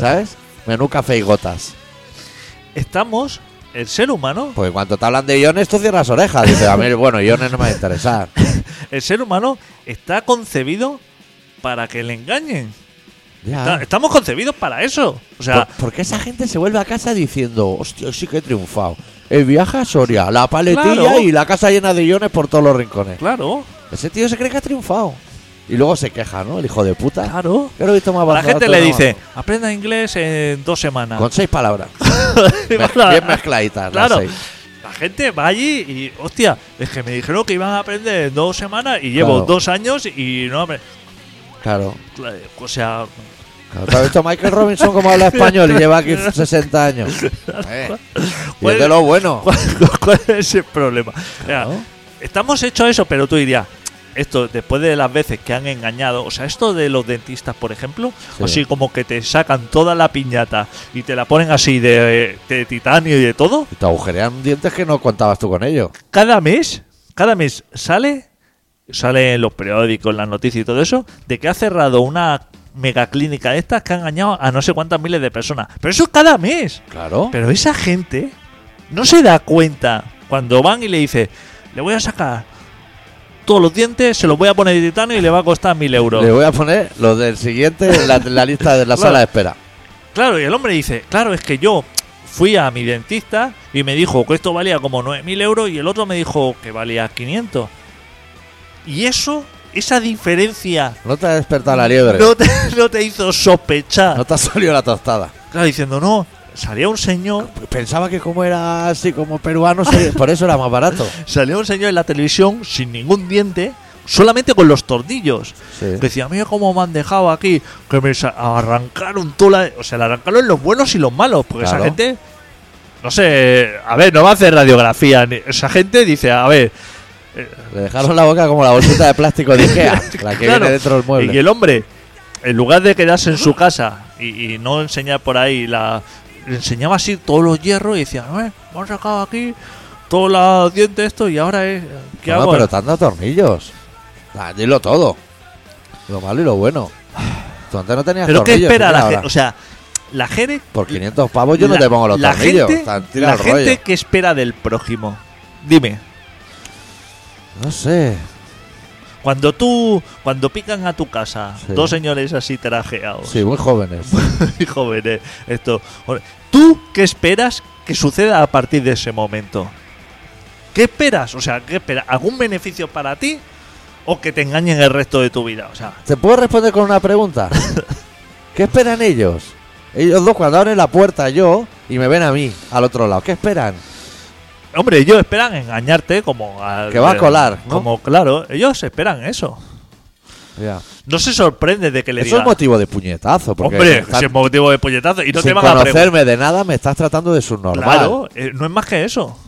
A: ¿Sabes? Menú café y gotas.
C: Estamos, el ser humano,
A: Porque cuando te hablan de iones, tú cierras orejas. Dices, a mí, bueno, iones no me va a
C: [LAUGHS]
A: interesar.
C: el ser humano está concebido para que le engañen.
A: Ya.
C: Está- Estamos concebidos para eso. O sea,
A: Ah. ¿Por, por qué esa gente se vuelve a casa diciendo, hostia, sí que he triunfado? El viaje a Soria, la paletilla
C: Claro.
A: y la casa llena de iones por todos los rincones.
C: claro,
A: Ese tío se cree que ha triunfado. Y luego se queja, ¿no? El hijo de puta.
C: claro.
A: Yo lo he visto más
C: La
A: avanzado,
C: gente
A: tú
C: le
A: no.
C: dice, aprenda inglés en dos semanas. [LAUGHS]
A: Con seis palabras.
C: Y
A: Mez-
C: va la-
A: Bien mezcladitas. las
C: Claro.
A: seis.
C: La gente va allí y, hostia, es que me dijeron que iban a aprender en dos semanas y llevo
A: Claro.
C: dos años y no apre-
A: Claro.
C: Cla- O sea,
A: Claro, ¿Tú has visto a Michael Robinson como habla español y lleva
C: [LAUGHS]
A: aquí 60 años? Eh, y
C: Pues
A: es de lo bueno.
C: ¿cuál, [LAUGHS] cuál es el problema? O sea,
A: Claro.
C: Estamos hechos a eso, pero tú dirías, esto después de las veces que han engañado, o sea, esto de los dentistas, por ejemplo,
A: Sí.
C: así como que te sacan toda la piñata y te la ponen así de, de titanio y de todo,
A: Y Te agujerean dientes que no contabas tú con ello.
C: cada mes, cada mes sale, sale en los periódicos, en las noticias y todo eso, de que ha cerrado una megaclínica de estas que ha engañado a no sé cuántas miles de personas. Pero eso cada mes.
A: Claro.
C: Pero esa gente no se da cuenta cuando van y le dice, le voy a sacar todos los dientes, se los voy a poner de titanio y le va a costar mil euros.
A: Le voy a poner lo del siguiente en la, en la lista de la
C: [LAUGHS] Claro.
A: sala de espera.
C: Claro, y el hombre dice, claro, es que yo fui a mi dentista y me dijo que esto valía como 9.000 euros y el otro me dijo que valía 500. Y eso, esa diferencia,
A: No te ha despertado la liebre.
C: no te, [LAUGHS] no te hizo sospechar.
A: No te ha salido la tostada.
C: Claro, diciendo, no, salía un señor,
A: Pensaba que como era así, como peruano, se- por eso era más barato.
C: salía un señor en la televisión sin ningún diente, solamente con los tornillos.
A: Sí.
C: Decía, mira cómo me han dejado aquí, que me sa- arrancaron toda la... O sea, le arrancaron los buenos y los malos, porque
A: Claro.
C: esa gente... No sé, a ver, no va a hacer radiografía. ni- esa gente dice, a ver...
A: Le dejaron la boca como la bolsita de plástico de
C: [LAUGHS]
A: Ikea, la que
C: claro.
A: viene dentro del mueble.
C: Y el hombre, en lugar de quedarse en su casa y, y no enseñar por ahí, la le enseñaba así todos los hierros y decía, a ver, me han sacado aquí todos los dientes esto y ahora es... ¿Qué
A: No,
C: hago?
A: pero te han dado tornillos. Ah, dilo todo. Lo malo y lo bueno. Tú antes no tenías
C: Pero ¿qué
A: tornillos.
C: espera
A: mira
C: la
A: ahora.
C: gente? O sea, la gente...
A: Por 500 pavos Pues yo no te pongo los
C: la
A: tornillos.
C: Gente,
A: te han tirado
C: la
A: el rollo.
C: gente que espera del prójimo. Dime,
A: No sé.
C: cuando tú, cuando pican a tu casa
A: Sí.
C: dos señores así trajeados
A: Sí, muy
C: [LAUGHS]
A: jóvenes.
C: y jóvenes, esto, Ahora, ¿tú qué esperas que suceda a partir de ese momento? ¿Qué esperas? O sea, ¿qué esperas? ¿Algún beneficio para ti o que te engañen el resto de tu vida? O sea,
A: ¿Te puedo responder con una
C: [LAUGHS]
A: pregunta? ¿Qué esperan ellos? Ellos dos cuando abren la puerta yo y me ven a mí al otro lado. ¿Qué esperan?
C: hombre, ellos esperan engañarte como al-
A: Que va a colar, ¿no?
C: como claro, ellos esperan eso.
A: Ya.
C: No se sorprende de que le
A: Eso es
C: digan.
A: motivo de puñetazo. Porque
C: Hombre,
A: estás-
C: si es motivo de puñetazo y no te
A: sin
C: van a preguntar.
A: conocerme de nada me estás tratando de subnormal.
C: Claro, eh, no es más que eso.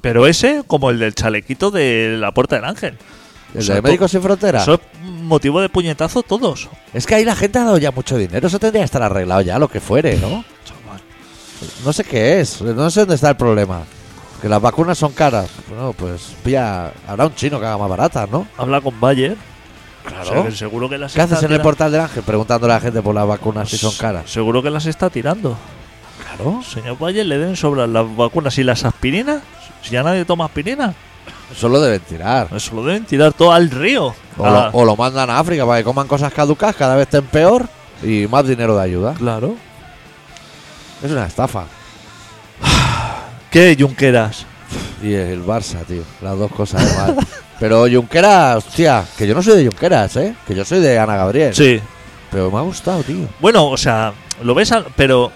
C: Pero ese, como el del chalequito de la puerta del ángel.
A: El
C: O sea,
A: de
C: tú-
A: Médicos Sin Fronteras.
C: Eso es motivo de puñetazo todos.
A: Es que ahí la gente ha dado ya mucho dinero. Eso tendría que estar arreglado ya, lo que fuere, ¿no?
C: Chaval.
A: No sé qué es. No sé dónde está el problema. Que las vacunas son caras. Bueno, pues pilla. Habrá un chino que haga más baratas, ¿no?
C: Habla con Bayer.
A: Claro.
C: O sea, que seguro que las
A: ¿Qué haces
C: está
A: en el
C: tira-
A: portal del ángel preguntándole a la gente por las vacunas si son caras?
C: Seguro que las está tirando.
A: Claro.
C: Señor Bayer, le den sobras las vacunas y las aspirinas. Si ya nadie toma aspirina,
A: Eso lo deben tirar.
C: eso lo deben tirar todo al río. Ah,
A: O,
C: A
A: lo,
C: la-
A: o lo mandan a África para que coman cosas caducas, cada vez estén peor y más dinero de ayuda.
C: Claro.
A: Es una estafa.
C: ¿Qué, Junqueras?
A: Y el Barça, tío. Las dos cosas de mal. [LAUGHS] Pero Junqueras, hostia, que yo no soy de Junqueras, ¿eh? Que yo soy de Ana Gabriel.
C: Sí.
A: Pero me ha gustado, tío.
C: Bueno, o sea, lo ves, al- pero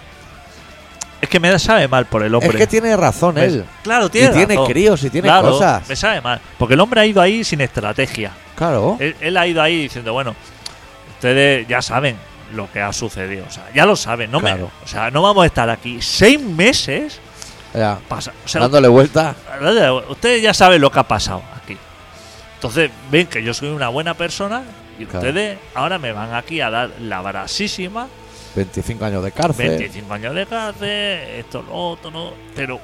C: es que me sabe mal por el hombre.
A: Es que tiene razón
C: Me-
A: él.
C: Claro, tiene
A: y tiene
C: razón.
A: críos y tiene
C: Claro,
A: cosas.
C: Me sabe mal. Porque el hombre ha ido ahí sin estrategia.
A: Claro.
C: Él, él ha ido ahí diciendo, bueno, ustedes ya saben lo que ha sucedido. O sea, ya lo saben. No me-
A: Claro.
C: o sea, no vamos a estar aquí seis meses
A: Ya,
C: pasa- o sea,
A: dándole vuelta.
C: ustedes ya saben lo que ha pasado aquí. Entonces, ven que yo soy una buena persona y
A: Claro.
C: ustedes ahora me van aquí a dar la brasísima
A: 25 años de cárcel.
C: 25 años de cárcel, esto, lo otro, no. Pero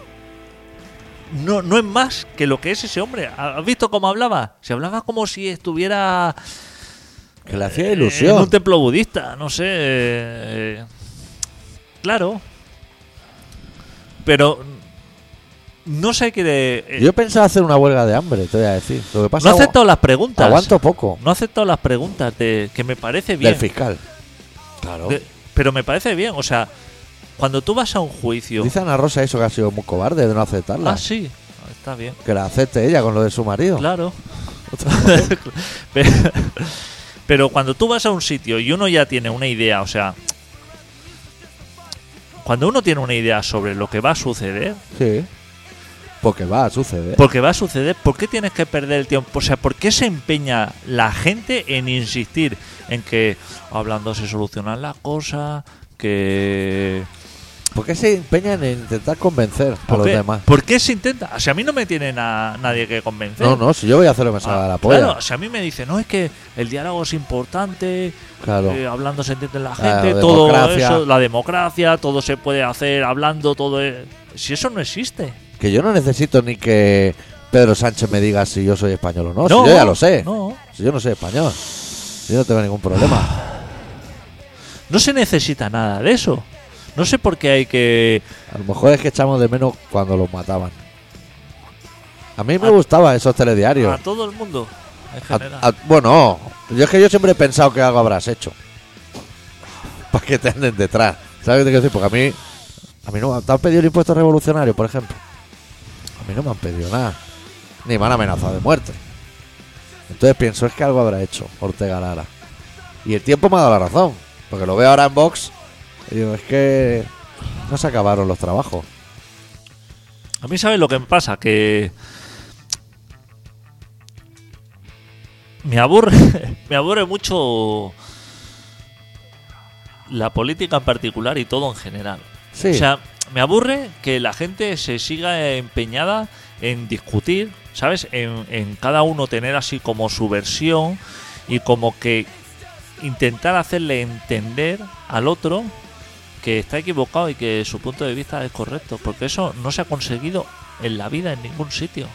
C: no, no es más que lo que es ese hombre. ¿Has visto cómo hablaba? Se hablaba como si estuviera eh,
A: Que le hacía
C: en
A: ilusión.
C: un templo budista, no sé. eh, Claro. Pero no sé qué. de- eh,
A: Yo pensaba hacer una huelga de hambre, te voy a decir. Lo que pasa
C: no ha
A: agu-
C: aceptado las preguntas.
A: aguanto poco
C: No ha aceptado las preguntas de que me parece bien.
A: del fiscal. Claro.
C: De- pero me parece bien, o sea, cuando tú vas a un juicio.
A: Dice Ana Rosa eso que ha sido muy cobarde de no aceptarla.
C: Ah, sí, está bien.
A: Que la acepte ella con lo de su marido.
C: Claro. [LAUGHS] pero, pero cuando tú vas a un sitio y uno ya tiene una idea, o sea, cuando uno tiene una idea sobre lo que va a suceder,
A: Sí. Porque va a suceder.
C: porque va a suceder, ¿por qué tienes que perder el tiempo? O sea, ¿por qué se empeña la gente en insistir en que hablando se solucionan las cosas, que
A: ¿Por qué se empeñan en intentar convencer a
C: ¿Por
A: los
C: qué?
A: demás?
C: ¿Por qué se intenta? O sea, a mí no me tiene na- nadie que convencer.
A: No, no, si yo voy a hacer lo que me salga
C: Ah,
A: de la polla.
C: Claro, o sea, a mí me dice, no, es que el diálogo es importante,
A: Claro.
C: eh, hablando se entiende la
A: Claro,
C: gente,
A: la
C: todo
A: democracia.
C: eso, la democracia, todo se puede hacer hablando, todo. es- Si eso no existe.
A: Que yo no necesito ni que Pedro Sánchez me diga si yo soy español o no.
C: No,
A: si yo ya lo sé.
C: No,
A: Si yo no soy español. Yo no tengo ningún problema.
C: no se necesita nada de eso. No sé por qué hay que.
A: A lo mejor es que echamos de menos cuando los mataban. A mí me
C: A-
A: gustaban esos telediarios.
C: A todo el mundo, en
A: A-
C: general.
A: a- bueno, yo es que yo siempre he pensado que algo habrás hecho. Para que te anden detrás. ¿Sabes qué te quiero decir? Porque a mí, a mí no te han pedido el impuesto revolucionario, por ejemplo. A mí no me han pedido nada. Ni me han amenazado de muerte. Entonces pienso, es que algo habrá hecho Ortega Lara. Y el tiempo me ha dado la razón. Porque lo veo ahora en Vox. Y digo, es que no se acabaron los trabajos.
C: A mí, ¿sabes lo que me pasa? Que. Me aburre, [LAUGHS] me aburre mucho la política en particular y todo en general.
A: Sí,
C: O sea, me aburre que la gente se siga empeñada en discutir, ¿sabes? En, en cada uno tener así como su versión y como que intentar hacerle entender al otro que está equivocado y que su punto de vista es correcto, porque eso no se ha conseguido en la vida en ningún sitio.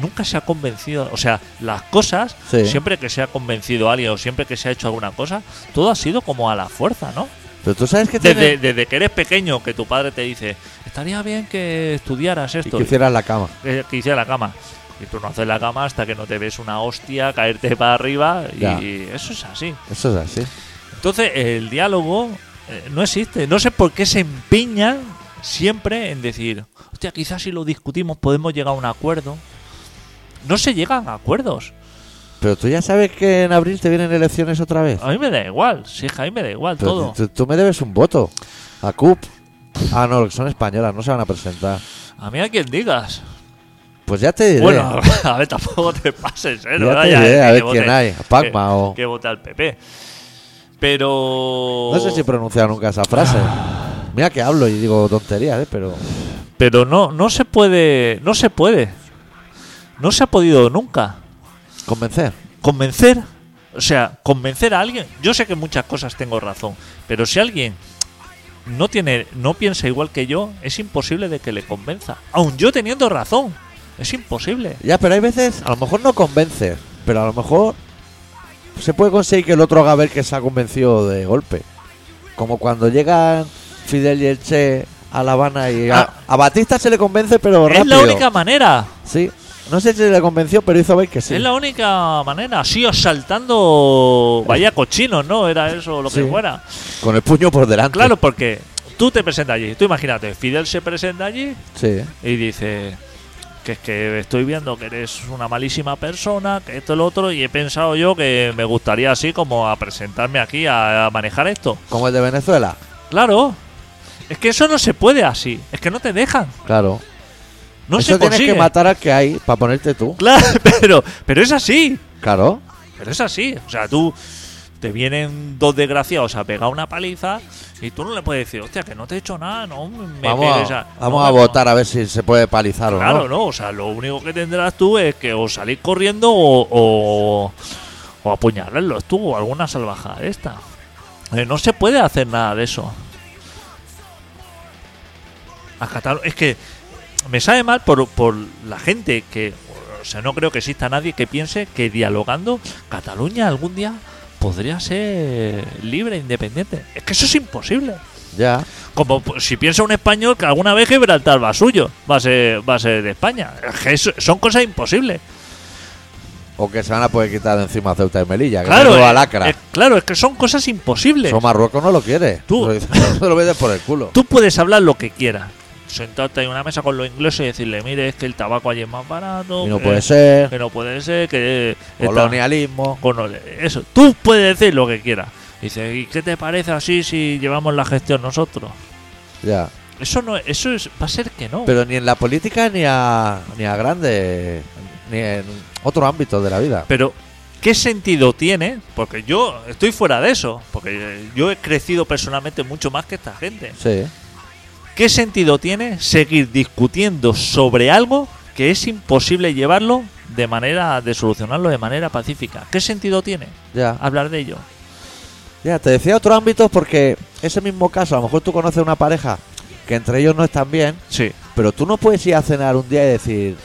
C: Nunca se ha convencido, o sea, las cosas,
A: Sí.
C: siempre que se ha convencido a alguien o siempre que se ha hecho alguna cosa, todo ha sido como a la fuerza, ¿no?
A: pero tú sabes que tiene-
C: Desde, desde que eres pequeño, que tu padre te dice, estaría bien que estudiaras
A: y
C: esto,
A: que hicieras la cama.
C: eh, que hicieras la cama. Y tú no haces la cama hasta que no te ves una hostia caerte para arriba,
A: Ya.
C: y eso es así.
A: Eso es así.
C: Entonces, el diálogo eh, no existe. No sé por qué se empeñan siempre en decir, hostia, quizás si lo discutimos podemos llegar a un acuerdo. No se llegan a acuerdos.
A: Pero tú ya sabes que en abril te vienen elecciones otra vez.
C: A mí me da igual, sí, a mí me da igual
A: Pero
C: Ah, todo.
A: Tú, tú me debes un voto. A CUP. Ah, no, que son españolas, no se van a presentar.
C: A mí a quien digas.
A: Pues ya te diré.
C: Bueno, [LAUGHS] a ver, tampoco te pases, ¿eh?
A: Ya
C: No
A: te
C: vayas
A: diré,
C: que
A: a ver
C: vote-
A: quién hay, a Pacma
C: que-
A: o-
C: Que vote al PP. Pero.
A: no sé si he pronunciado nunca esa frase.
C: Ah.
A: Mira que hablo y digo tonterías, ¿eh? pero
C: Pero no, no se puede. No se puede. No se ha podido nunca
A: convencer.
C: convencer. O sea, convencer a alguien. Yo sé que en muchas cosas tengo razón. Pero si alguien no tiene. no piensa igual que yo, es imposible de que le convenza. Aun yo teniendo razón. Es imposible.
A: Ya, pero hay veces, a lo mejor no convences, pero a lo mejor se puede conseguir que el otro haga ver que se ha convencido de golpe. Como cuando llegan Fidel y el Che a La Habana y a,
C: Ah.
A: a Batista se le convence, pero rápido.
C: Es la única manera.
A: Sí, no sé si le convenció, pero hizo ver que sí.
C: Es la única manera, sí, asaltando vaya cochinos, ¿no? Era eso lo que
A: Sí.
C: fuera.
A: Con el puño por delante.
C: Claro, porque tú te presentas allí, tú imagínate, Fidel se presenta allí
A: Sí.
C: y dice que es que estoy viendo que eres una malísima persona, que esto y lo otro, y he pensado yo que me gustaría así como a presentarme aquí a, a manejar esto.
A: Como el de Venezuela.
C: Claro, es que eso no se puede así, es que no te dejan,
A: Claro.
C: no
A: Eso
C: se
A: tienes
C: consigue.
A: que matar al que hay para ponerte tú.
C: Claro, [LAUGHS] pero, pero es así,
A: Claro.
C: Pero es así, o sea, tú te vienen dos desgraciados a pegar una paliza y tú no le puedes decir, hostia, que no te he hecho nada, no me
A: vamos
C: pegues
A: a,
C: no,
A: vamos a
C: no".
A: votar a ver si se puede palizar o
C: Claro,
A: no.
C: no, o sea, lo único que tendrás tú es que o salir corriendo o, o, o apuñalarlos tú o alguna salvajada de esta. Eh, no se puede hacer nada de eso. A Catalu- es que me sabe mal por, por la gente que. O sea, no creo que exista nadie que piense que dialogando Cataluña algún día podría ser libre, independiente. Es que eso es imposible.
A: Ya.
C: Como p- si piensa un español que alguna vez Gibraltar va suyo, va a ser, va a ser de España. Es que eso- son cosas imposibles.
A: O que se van a poder quitar de encima Ceuta y Melilla. Que
C: Claro,
A: menudo
C: eh,
A: lacra.
C: eh, claro, es que son cosas imposibles.
A: Eso Marruecos no lo quiere.
C: Tú.
A: [LAUGHS] Se lo vendes por el culo.
C: Tú puedes hablar lo que quieras. Sentarte en una mesa con los ingleses y decirle, mire, es que el tabaco allí es más barato.
A: Y no
C: que-
A: puede ser.
C: Que no puede ser, que... eh, esta-
A: Colonialismo.
C: con- eso. Tú puedes decir lo que quieras. Dice, ¿y qué te parece así si llevamos la gestión nosotros?
A: Ya.
C: Eso no, eso es, va a ser que no.
A: Pero ni en la política ni a, ni a grandes. Ni en otro ámbito de la vida.
C: Pero, ¿qué sentido tiene? Porque yo estoy fuera de eso. Porque eh, yo he crecido personalmente mucho más que esta gente.
A: Sí.
C: ¿Qué sentido tiene seguir discutiendo sobre algo que es imposible llevarlo de manera de solucionarlo de manera pacífica? ¿Qué sentido tiene
A: Ya.
C: hablar de ello?
A: Ya, te decía otro ámbito porque ese mismo caso, a lo mejor tú conoces una pareja que entre ellos no están bien,
C: Sí,
A: pero tú no puedes ir a cenar un día y decir,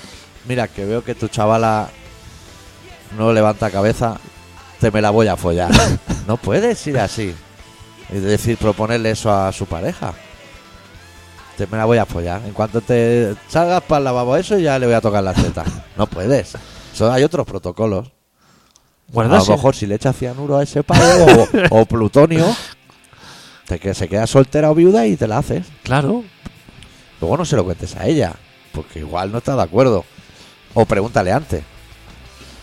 A: mira, que veo que tu chavala no levanta cabeza, te me la voy a follar. no puedes ir así. Es decir, proponerle eso a su pareja. Te me la voy a follar. En cuanto te salgas para el lavabo eso, ya le voy a tocar la teta. No puedes. Eso, hay otros protocolos.
C: guardarse.
A: A lo mejor si le echas cianuro a ese palo o, o plutonio, te que se queda soltera o viuda y te la haces.
C: Claro,
A: Luego no se lo cuentes a ella, porque igual no está de acuerdo. O pregúntale antes.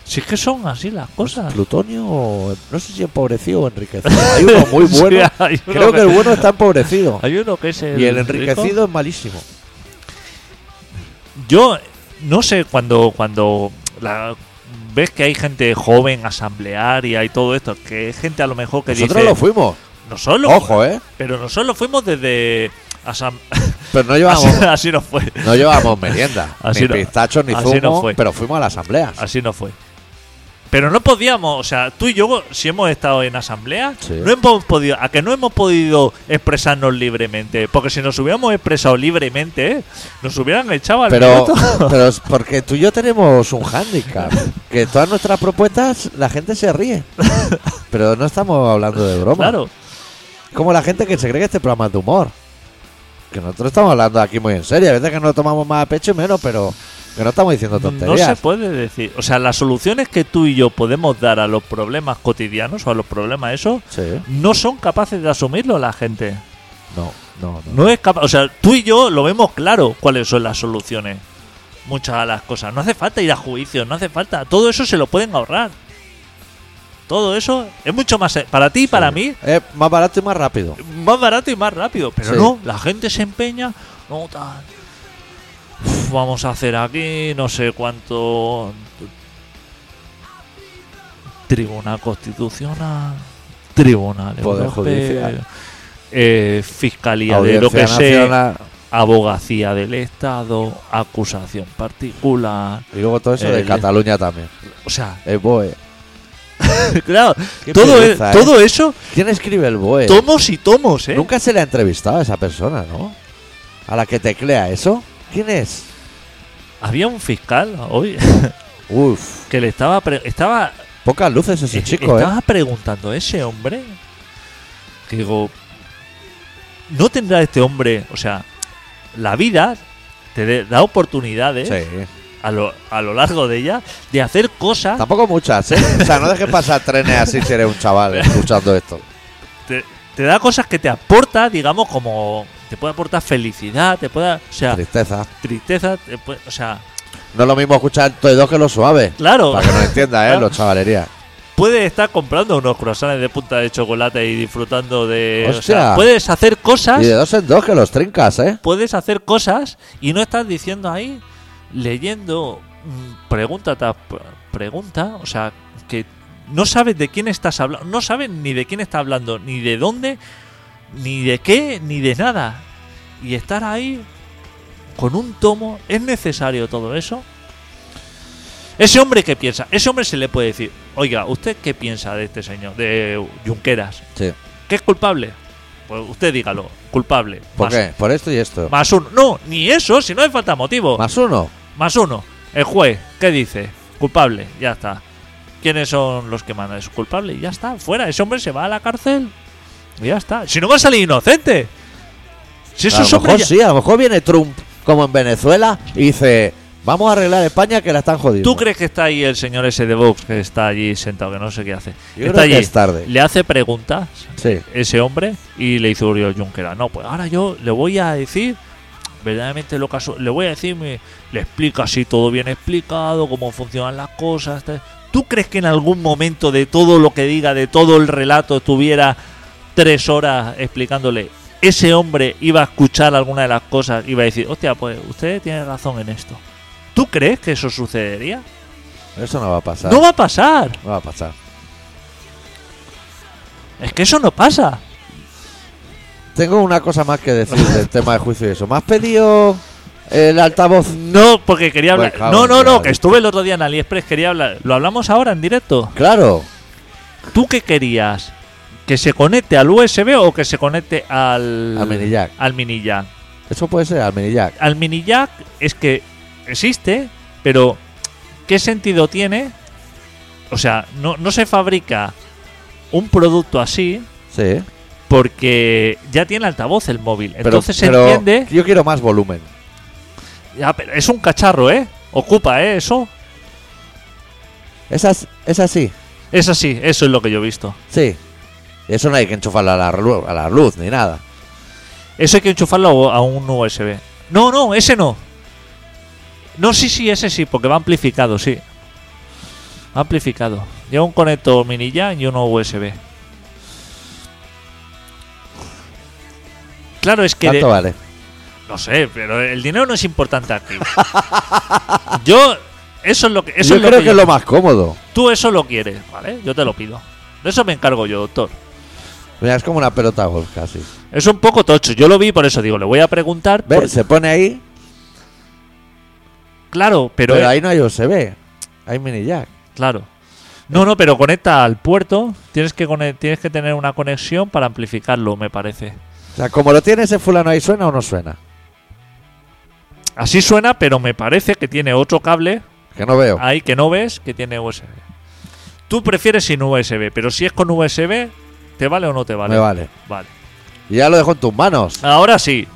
C: si es que son así las cosas.
A: Plutonio, o- no sé si empobrecido o enriquecido.
C: [LAUGHS]
A: Hay uno muy
C: Sí,
A: bueno.
C: hay uno
A: Creo que el bueno está empobrecido.
C: hay uno que es [LAUGHS] el
A: Y el
C: rico.
A: enriquecido es malísimo.
C: Yo no sé cuando cuando la- ves que hay gente joven asamblearia y todo esto, que es gente a lo mejor que
A: Nosotros
C: dice
A: lo fuimos.
C: nosotros lo-
A: Ojo, ¿eh?
C: pero nosotros lo fuimos desde asam- [LAUGHS]
A: Pero no
C: así,
A: llevamos,
C: así no fue.
A: no llevamos merienda.
C: [LAUGHS] Así
A: ni
C: no-
A: pistachos, ni
C: así
A: zumo.
C: no fue.
A: pero fuimos a la asamblea.
C: Así no fue. Pero no podíamos, o sea, tú y yo, si hemos estado en asamblea,
A: Sí.
C: no hemos podido, a que no hemos podido expresarnos libremente, porque si nos hubiéramos expresado libremente, eh, nos hubieran echado al [LAUGHS]
A: Pero,
C: minuto.
A: pero es porque tú y yo tenemos un hándicap. Que todas nuestras propuestas la gente se
C: [LAUGHS]
A: ríe. Pero no estamos hablando de broma.
C: Claro,
A: Como la gente que se cree que este programa es de humor. Que nosotros estamos hablando aquí muy en serio. A veces que nos lo tomamos más a pecho y menos, pero que no estamos diciendo
C: Mm, no se
A: tonterías.
C: puede decir. O sea, las soluciones que tú y yo podemos dar a los problemas cotidianos o a los problemas esos,
A: sí,
C: no son capaces de asumirlo la gente.
A: no, no, no.
C: No es capaz, o sea, tú y yo lo vemos claro cuáles son las soluciones. Muchas de las cosas. No hace falta ir a juicio, no hace falta. Todo eso se lo pueden ahorrar. Todo eso es mucho más. eh, Para ti y para mí,
A: Es más barato y más rápido.
C: más barato y más rápido. Pero
A: Sí.
C: no, la gente se empeña. No, tal. Uf, vamos a hacer aquí no sé cuánto. Tribunal Constitucional. Tribunal
A: Poder
C: Europeo,
A: Judicial.
C: eh, Fiscalía de lo que sea.
A: Nacional.
C: Abogacía del Estado. Acusación particular.
A: Y luego todo eso de
C: El-
A: Cataluña también. [LAUGHS]
C: O sea, [LAUGHS]
A: El BOE.
C: claro,
A: Qué
C: todo, e-
A: pereza, ¿eh?
C: todo eso,
A: ¿Quién escribe el BOE?
C: tomos y tomos, ¿eh?
A: Nunca se le ha entrevistado a esa persona, ¿no? A la que teclea eso. ¿Quién es?
C: Había un fiscal hoy
A: Uf,
C: que le estaba. pre- estaba
A: pocas luces ese
C: Eh,
A: chico, ¿eh?
C: estaba preguntando ese hombre. Que digo, ¿no tendrá este hombre, o sea, la vida te de- da oportunidades
A: Sí.
C: a, lo, a lo largo de ella de hacer
A: [LAUGHS]
C: cosas?
A: Tampoco muchas, ¿eh? O sea, no dejes pasar trenes así si eres un chaval escuchando esto.
C: Te, te da cosas que te aporta, digamos, como te puede aportar felicidad, te puede, o sea,
A: Tristeza.
C: tristeza, te puede- o sea,
A: No es lo mismo escuchar todo dos que lo suave.
C: claro,
A: Para que nos entienda, ¿eh?
C: Claro.
A: Los chavalerías.
C: [LAUGHS] puedes estar comprando unos croissants de punta de chocolate y disfrutando de, o
A: Hostia.
C: sea, puedes hacer cosas
A: Y de dos en dos que los trincas, ¿eh?
C: puedes hacer cosas y no estás diciendo ahí, leyendo mm, pregunta tras pr- pregunta, o sea, que no sabes de quién estás hablando, no sabes ni de quién está hablando, ni de dónde, ni de qué, ni de nada. Y estar ahí con un tomo, ¿es necesario todo eso? Ese hombre que piensa, ese hombre se le puede decir, oiga, ¿usted qué piensa de este señor, de Junqueras?
A: Sí.
C: ¿Qué es culpable? Pues usted dígalo, culpable.
A: ¿Por
C: más,
A: qué? Por esto y esto.
C: Más uno. No, ni eso, si no hay falta de motivo.
A: Más uno.
C: Más uno. El juez, ¿qué dice? Culpable, ya está. ¿Quiénes son los que mandan? Es culpable, y ya está. Fuera, ese hombre se va a la cárcel. Y ya está. Si no va a salir inocente. Si
A: a
C: esos
A: lo mejor
C: hombres. ya-
A: sí, a lo mejor viene Trump, como en Venezuela, y dice: Vamos a arreglar España que la están jodiendo.
C: ¿Tú crees que está ahí el señor ese de Vox que está allí sentado, que no sé qué hace?
A: Yo
C: está
A: creo que
C: allí.
A: es tarde.
C: Le hace preguntas
A: Sí.
C: ese hombre y le hizo Oriol Junquera. No, pues ahora yo le voy a decir verdaderamente lo que ha su- Le voy a decir, me- le explica así todo bien explicado, cómo funcionan las cosas. tal. ¿Tú crees que en algún momento de todo lo que diga, de todo el relato, estuviera tres horas explicándole? Ese hombre iba a escuchar alguna de las cosas, iba a decir, hostia, pues usted tiene razón en esto. ¿Tú crees que eso sucedería?
A: Eso no va a pasar.
C: No va a pasar.
A: No va a pasar.
C: Es que eso no pasa.
A: Tengo una cosa más que
C: [LAUGHS]
A: decir del tema de juicio y eso. ¿Me has pedido el altavoz?
C: No, porque quería
A: Pues
C: hablar.
A: claro,
C: no, no,
A: claro.
C: no, que estuve el otro día en AliExpress, quería hablar. Lo hablamos ahora en directo.
A: Claro.
C: ¿Tú qué querías? ¿Que se conecte al USB o que se conecte al.
A: Al mini jack.
C: Al mini jack.
A: Eso puede ser al mini jack.
C: Al mini jack es que existe, pero ¿qué sentido tiene? O sea, no, no se fabrica un producto así
A: Sí.
C: porque ya tiene altavoz el móvil.
A: Pero-
C: Entonces se
A: pero
C: entiende.
A: Yo quiero más volumen.
C: Ya, pero es un cacharro, ¿eh? Ocupa, ¿eh? Eso.
A: Es, as- es así.
C: Es así, eso es lo que yo he visto.
A: Sí. Eso no hay que enchufarlo a la, lu- a la luz ni nada.
C: Eso hay que enchufarlo a un USB. No, no, ese no. No, sí, sí, ese sí, porque va amplificado, sí. Va amplificado. Lleva un conector mini jack y uno USB. Claro, es que... de-
A: ¿Cuánto vale?
C: no sé, pero el dinero no es importante aquí. [LAUGHS] yo... Eso es lo que... Eso
A: yo
C: es lo
A: creo
C: que
A: que, es lo más cómodo.
C: Tú eso lo quieres, ¿vale? Yo te lo pido. De eso me encargo yo, doctor.
A: Mira, es como una pelota de golf casi.
C: Es un poco tocho. Yo lo vi, por eso digo, le voy a preguntar.
A: ¿Ves?
C: por-
A: Se pone ahí,
C: Claro, pero...
A: pero,
C: eh,
A: ahí no hay USB. Hay mini jack.
C: Claro. No, no, pero conecta al puerto. Tienes que, cone- tienes que tener una conexión para amplificarlo, me parece.
A: O sea, como lo tiene ese fulano ahí, ¿suena o no suena?
C: Así suena, pero me parece que tiene otro cable
A: Que no veo.
C: ahí que no ves que tiene USB. Tú prefieres sin USB, pero si es con USB, ¿te vale o no te vale?
A: Me vale.
C: Vale.
A: Y ya lo dejo en tus manos.
C: Ahora sí.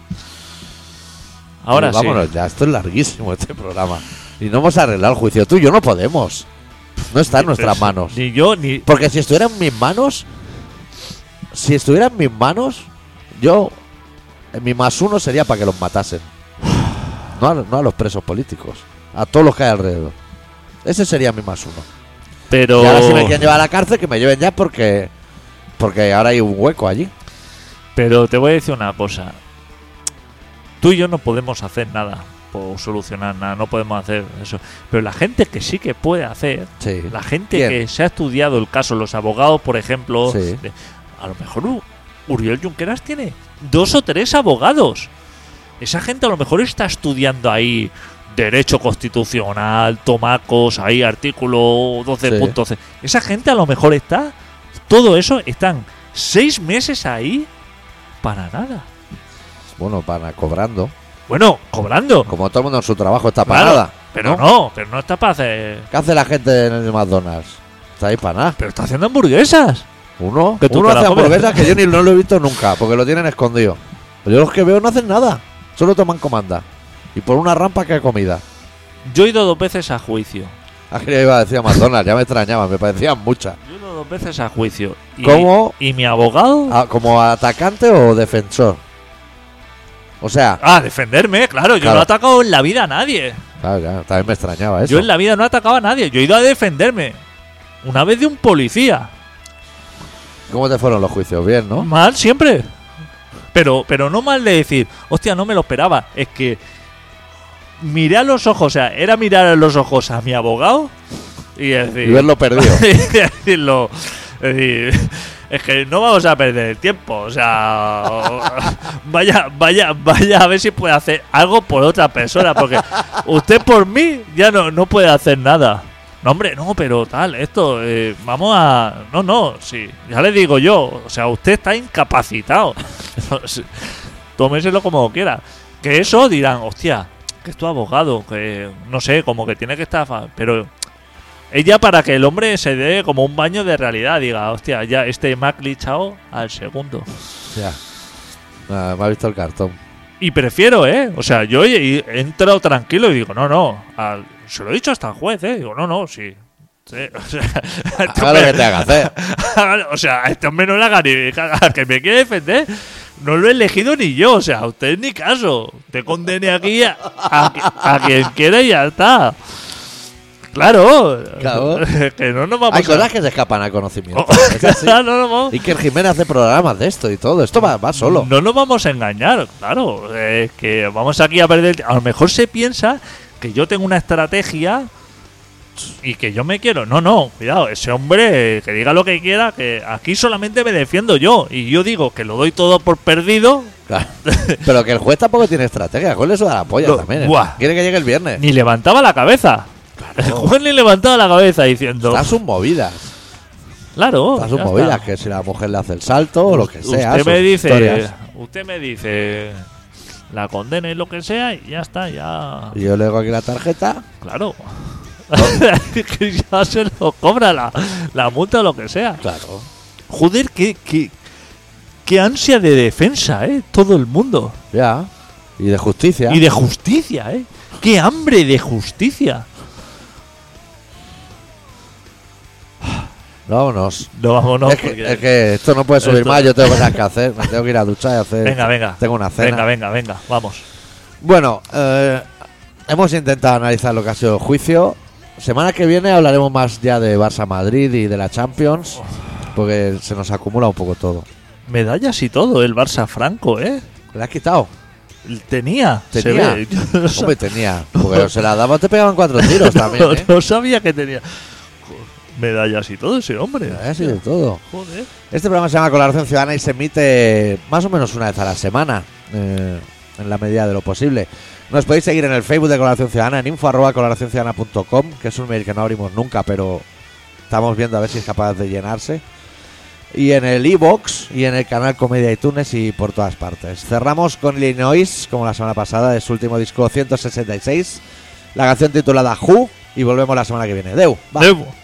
C: Ahora
A: Pues vámonos ya, esto es larguísimo este programa. Y no hemos arreglado el juicio tú y yo no podemos. No está en
C: sí.
A: nuestras manos.
C: Ni yo, ni.
A: Porque si estuviera en mis manos, si estuviera en mis manos, yo, en mi más uno sería para que los matasen. No a, no a los presos políticos, a todos los que hay alrededor. Ese sería mi más uno.
C: Pero.
A: Y ahora si me quieren llevar a la cárcel, que me lleven ya porque, porque ahora hay un hueco allí.
C: Pero te voy a decir una cosa. Tú y yo no podemos hacer nada por solucionar nada, no podemos hacer eso. Pero la gente que sí que puede hacer,
A: Sí.
C: la gente
A: ¿Quién?
C: que se ha estudiado el caso, los abogados, por ejemplo,
A: Sí.
C: de- a lo mejor U- Uriel Junqueras tiene dos o tres abogados. Esa gente a lo mejor está estudiando ahí derecho constitucional, tomacos, ahí artículo 12.c. Esa gente a lo mejor está, todo eso, están seis meses ahí para nada.
A: Bueno, para cobrando.
C: Bueno, cobrando.
A: Como todo el mundo en su trabajo está
C: Claro,
A: pagada.
C: Pero ¿no? pero no está para hacer...
A: ¿Qué hace la gente en el McDonald's? Está ahí para nada.
C: Pero está haciendo hamburguesas.
A: Uno,
C: Que tú
A: uno
C: te la
A: hace
C: comes.
A: hamburguesas que yo ni no lo he visto nunca, porque lo tienen escondido. Pero yo los que veo no hacen nada, solo toman comanda. Y por una rampa que hay comida.
C: Yo he ido dos veces a juicio.
A: Ah, que iba a decir a McDonald's, ya me extrañaba, me parecían muchas.
C: Yo he ido dos veces a juicio. Y,
A: ¿Cómo?
C: ¿Y mi abogado? Ah,
A: Ah, ¿Como atacante o defensor? O sea,
C: defenderme, claro. Yo
A: Claro.
C: no he atacado en la vida a nadie.
A: claro, ya, también me extrañaba eso.
C: Yo en la vida no he atacado a nadie. Yo he ido a defenderme. Una vez de un policía.
A: ¿Cómo te fueron los juicios? Bien, ¿no?
C: Mal siempre. Pero, pero no mal de decir, hostia, no me lo esperaba. Es que miré a los ojos, o sea, era mirar a los ojos a mi abogado y decir.
A: Y verlo
C: [LAUGHS]
A: perdido.
C: y decirlo. Es decir, es que no vamos a perder el tiempo. O sea, o- [LAUGHS] vaya, vaya, vaya a ver si puede hacer algo por otra persona. Porque usted por mí ya no, no puede hacer nada. No, hombre, no, pero tal, esto, eh, vamos a. No, no, sí, ya le digo yo. O sea, usted está incapacitado. [LAUGHS] Tómenselo como quiera. Que eso dirán, hostia, que es tu abogado, que no sé, como que tiene que estar. fa- Pero ella para que el hombre se dé como un baño de realidad, diga, hostia, ya este Mac Lichao al segundo.
A: Ya. Ah, me ha visto el cartón.
C: Y prefiero, ¿eh? O sea, yo he, he entrado tranquilo y digo, no, no, al- se lo he dicho hasta el juez, ¿eh? Digo, no, no, sí. Sí, [LAUGHS] o sea, a este
A: Haga lo
C: hombre-
A: que tenga que hacer.
C: o sea, [LAUGHS] a este hombre no le haga ni caso, al que me quiere defender. No lo he elegido ni yo, o sea, a usted ni caso. Te condene aquí a, a- a quien quiera y ya está. Claro,
A: Claro.
C: [LAUGHS] que no nos vamos
A: Hay
C: a...
A: cosas que se escapan al conocimiento.
C: Oh,
A: Es así.
C: claro, [LAUGHS] no nos vamos-
A: Iker Jiménez hace programas de esto y todo. Esto va, va solo.
C: No nos vamos a engañar, claro. eh, que vamos aquí a perder. A lo mejor se piensa que yo tengo una estrategia y que yo me quiero. No, no, cuidado, ese hombre eh, que diga lo que quiera, que aquí solamente me defiendo yo. Y yo digo que lo doy todo por perdido, [LAUGHS]
A: Claro. Pero que el juez tampoco tiene estrategia. El juez le suda la polla
C: No,
A: también. ¿eh?
C: buah.
A: Quiere que llegue el viernes.
C: ni levantaba la cabeza. El [LAUGHS] juez ni levantaba la cabeza diciendo,
A: Da sus movidas.
C: claro.
A: Da sus
C: ya
A: movidas.
C: está.
A: Que si la mujer le hace el salto o lo que sea.
C: Usted me
A: sus
C: dice,
A: historias.
C: usted me dice la condena y lo que sea y ya está, ya.
A: Y Yo le doy aquí la tarjeta.
C: Claro. [LAUGHS] que ya se lo cobra la, la multa o lo que sea.
A: Claro.
C: Joder, qué, qué, qué ansia de defensa, ¿eh? Todo el mundo.
A: Ya. Y de justicia.
C: Y de justicia, ¿eh? Qué hambre de justicia.
A: Vámonos.
C: No, vámonos.
A: es, que,
C: porque-
A: es que esto no puede subir
C: Esto-
A: más. Yo tengo cosas que hacer. Me tengo que ir a duchar y hacer.
C: Venga, venga.
A: Tengo una cena.
C: Venga, venga, venga. Vamos.
A: Bueno, eh, hemos intentado analizar lo que ha sido el juicio. Semana que viene hablaremos más ya de Barça Madrid y de la Champions, porque se nos acumula un poco todo.
C: Medallas y todo, el Barça Franco, ¿eh?
A: ¿La has quitado?
C: Tenía. se
A: Tenía.
C: ve. Yo no sab- [LAUGHS]
A: Hombre, tenía. Porque se la daba, te pegaban cuatro tiros también.
C: no-
A: ¿eh?
C: no sabía que tenía. Jo- Medallas y todo ese hombre.
A: Ha sido todo.
C: Joder.
A: Este programa se llama Colaboración Ciudadana y se emite más o menos una vez a la semana, eh, en la medida de lo posible. Nos podéis seguir en el Facebook de Colaboración Ciudadana, en info arroba colaboracionciudadana.com, que es un mail que no abrimos nunca, pero estamos viendo a ver si es capaz de llenarse. Y en el e-box y en el canal Comedia iTunes y por todas partes. Cerramos con Illinois, como la semana pasada, de su último disco 166, la canción titulada Who, y volvemos la semana que viene. Deu, va.
C: Debo.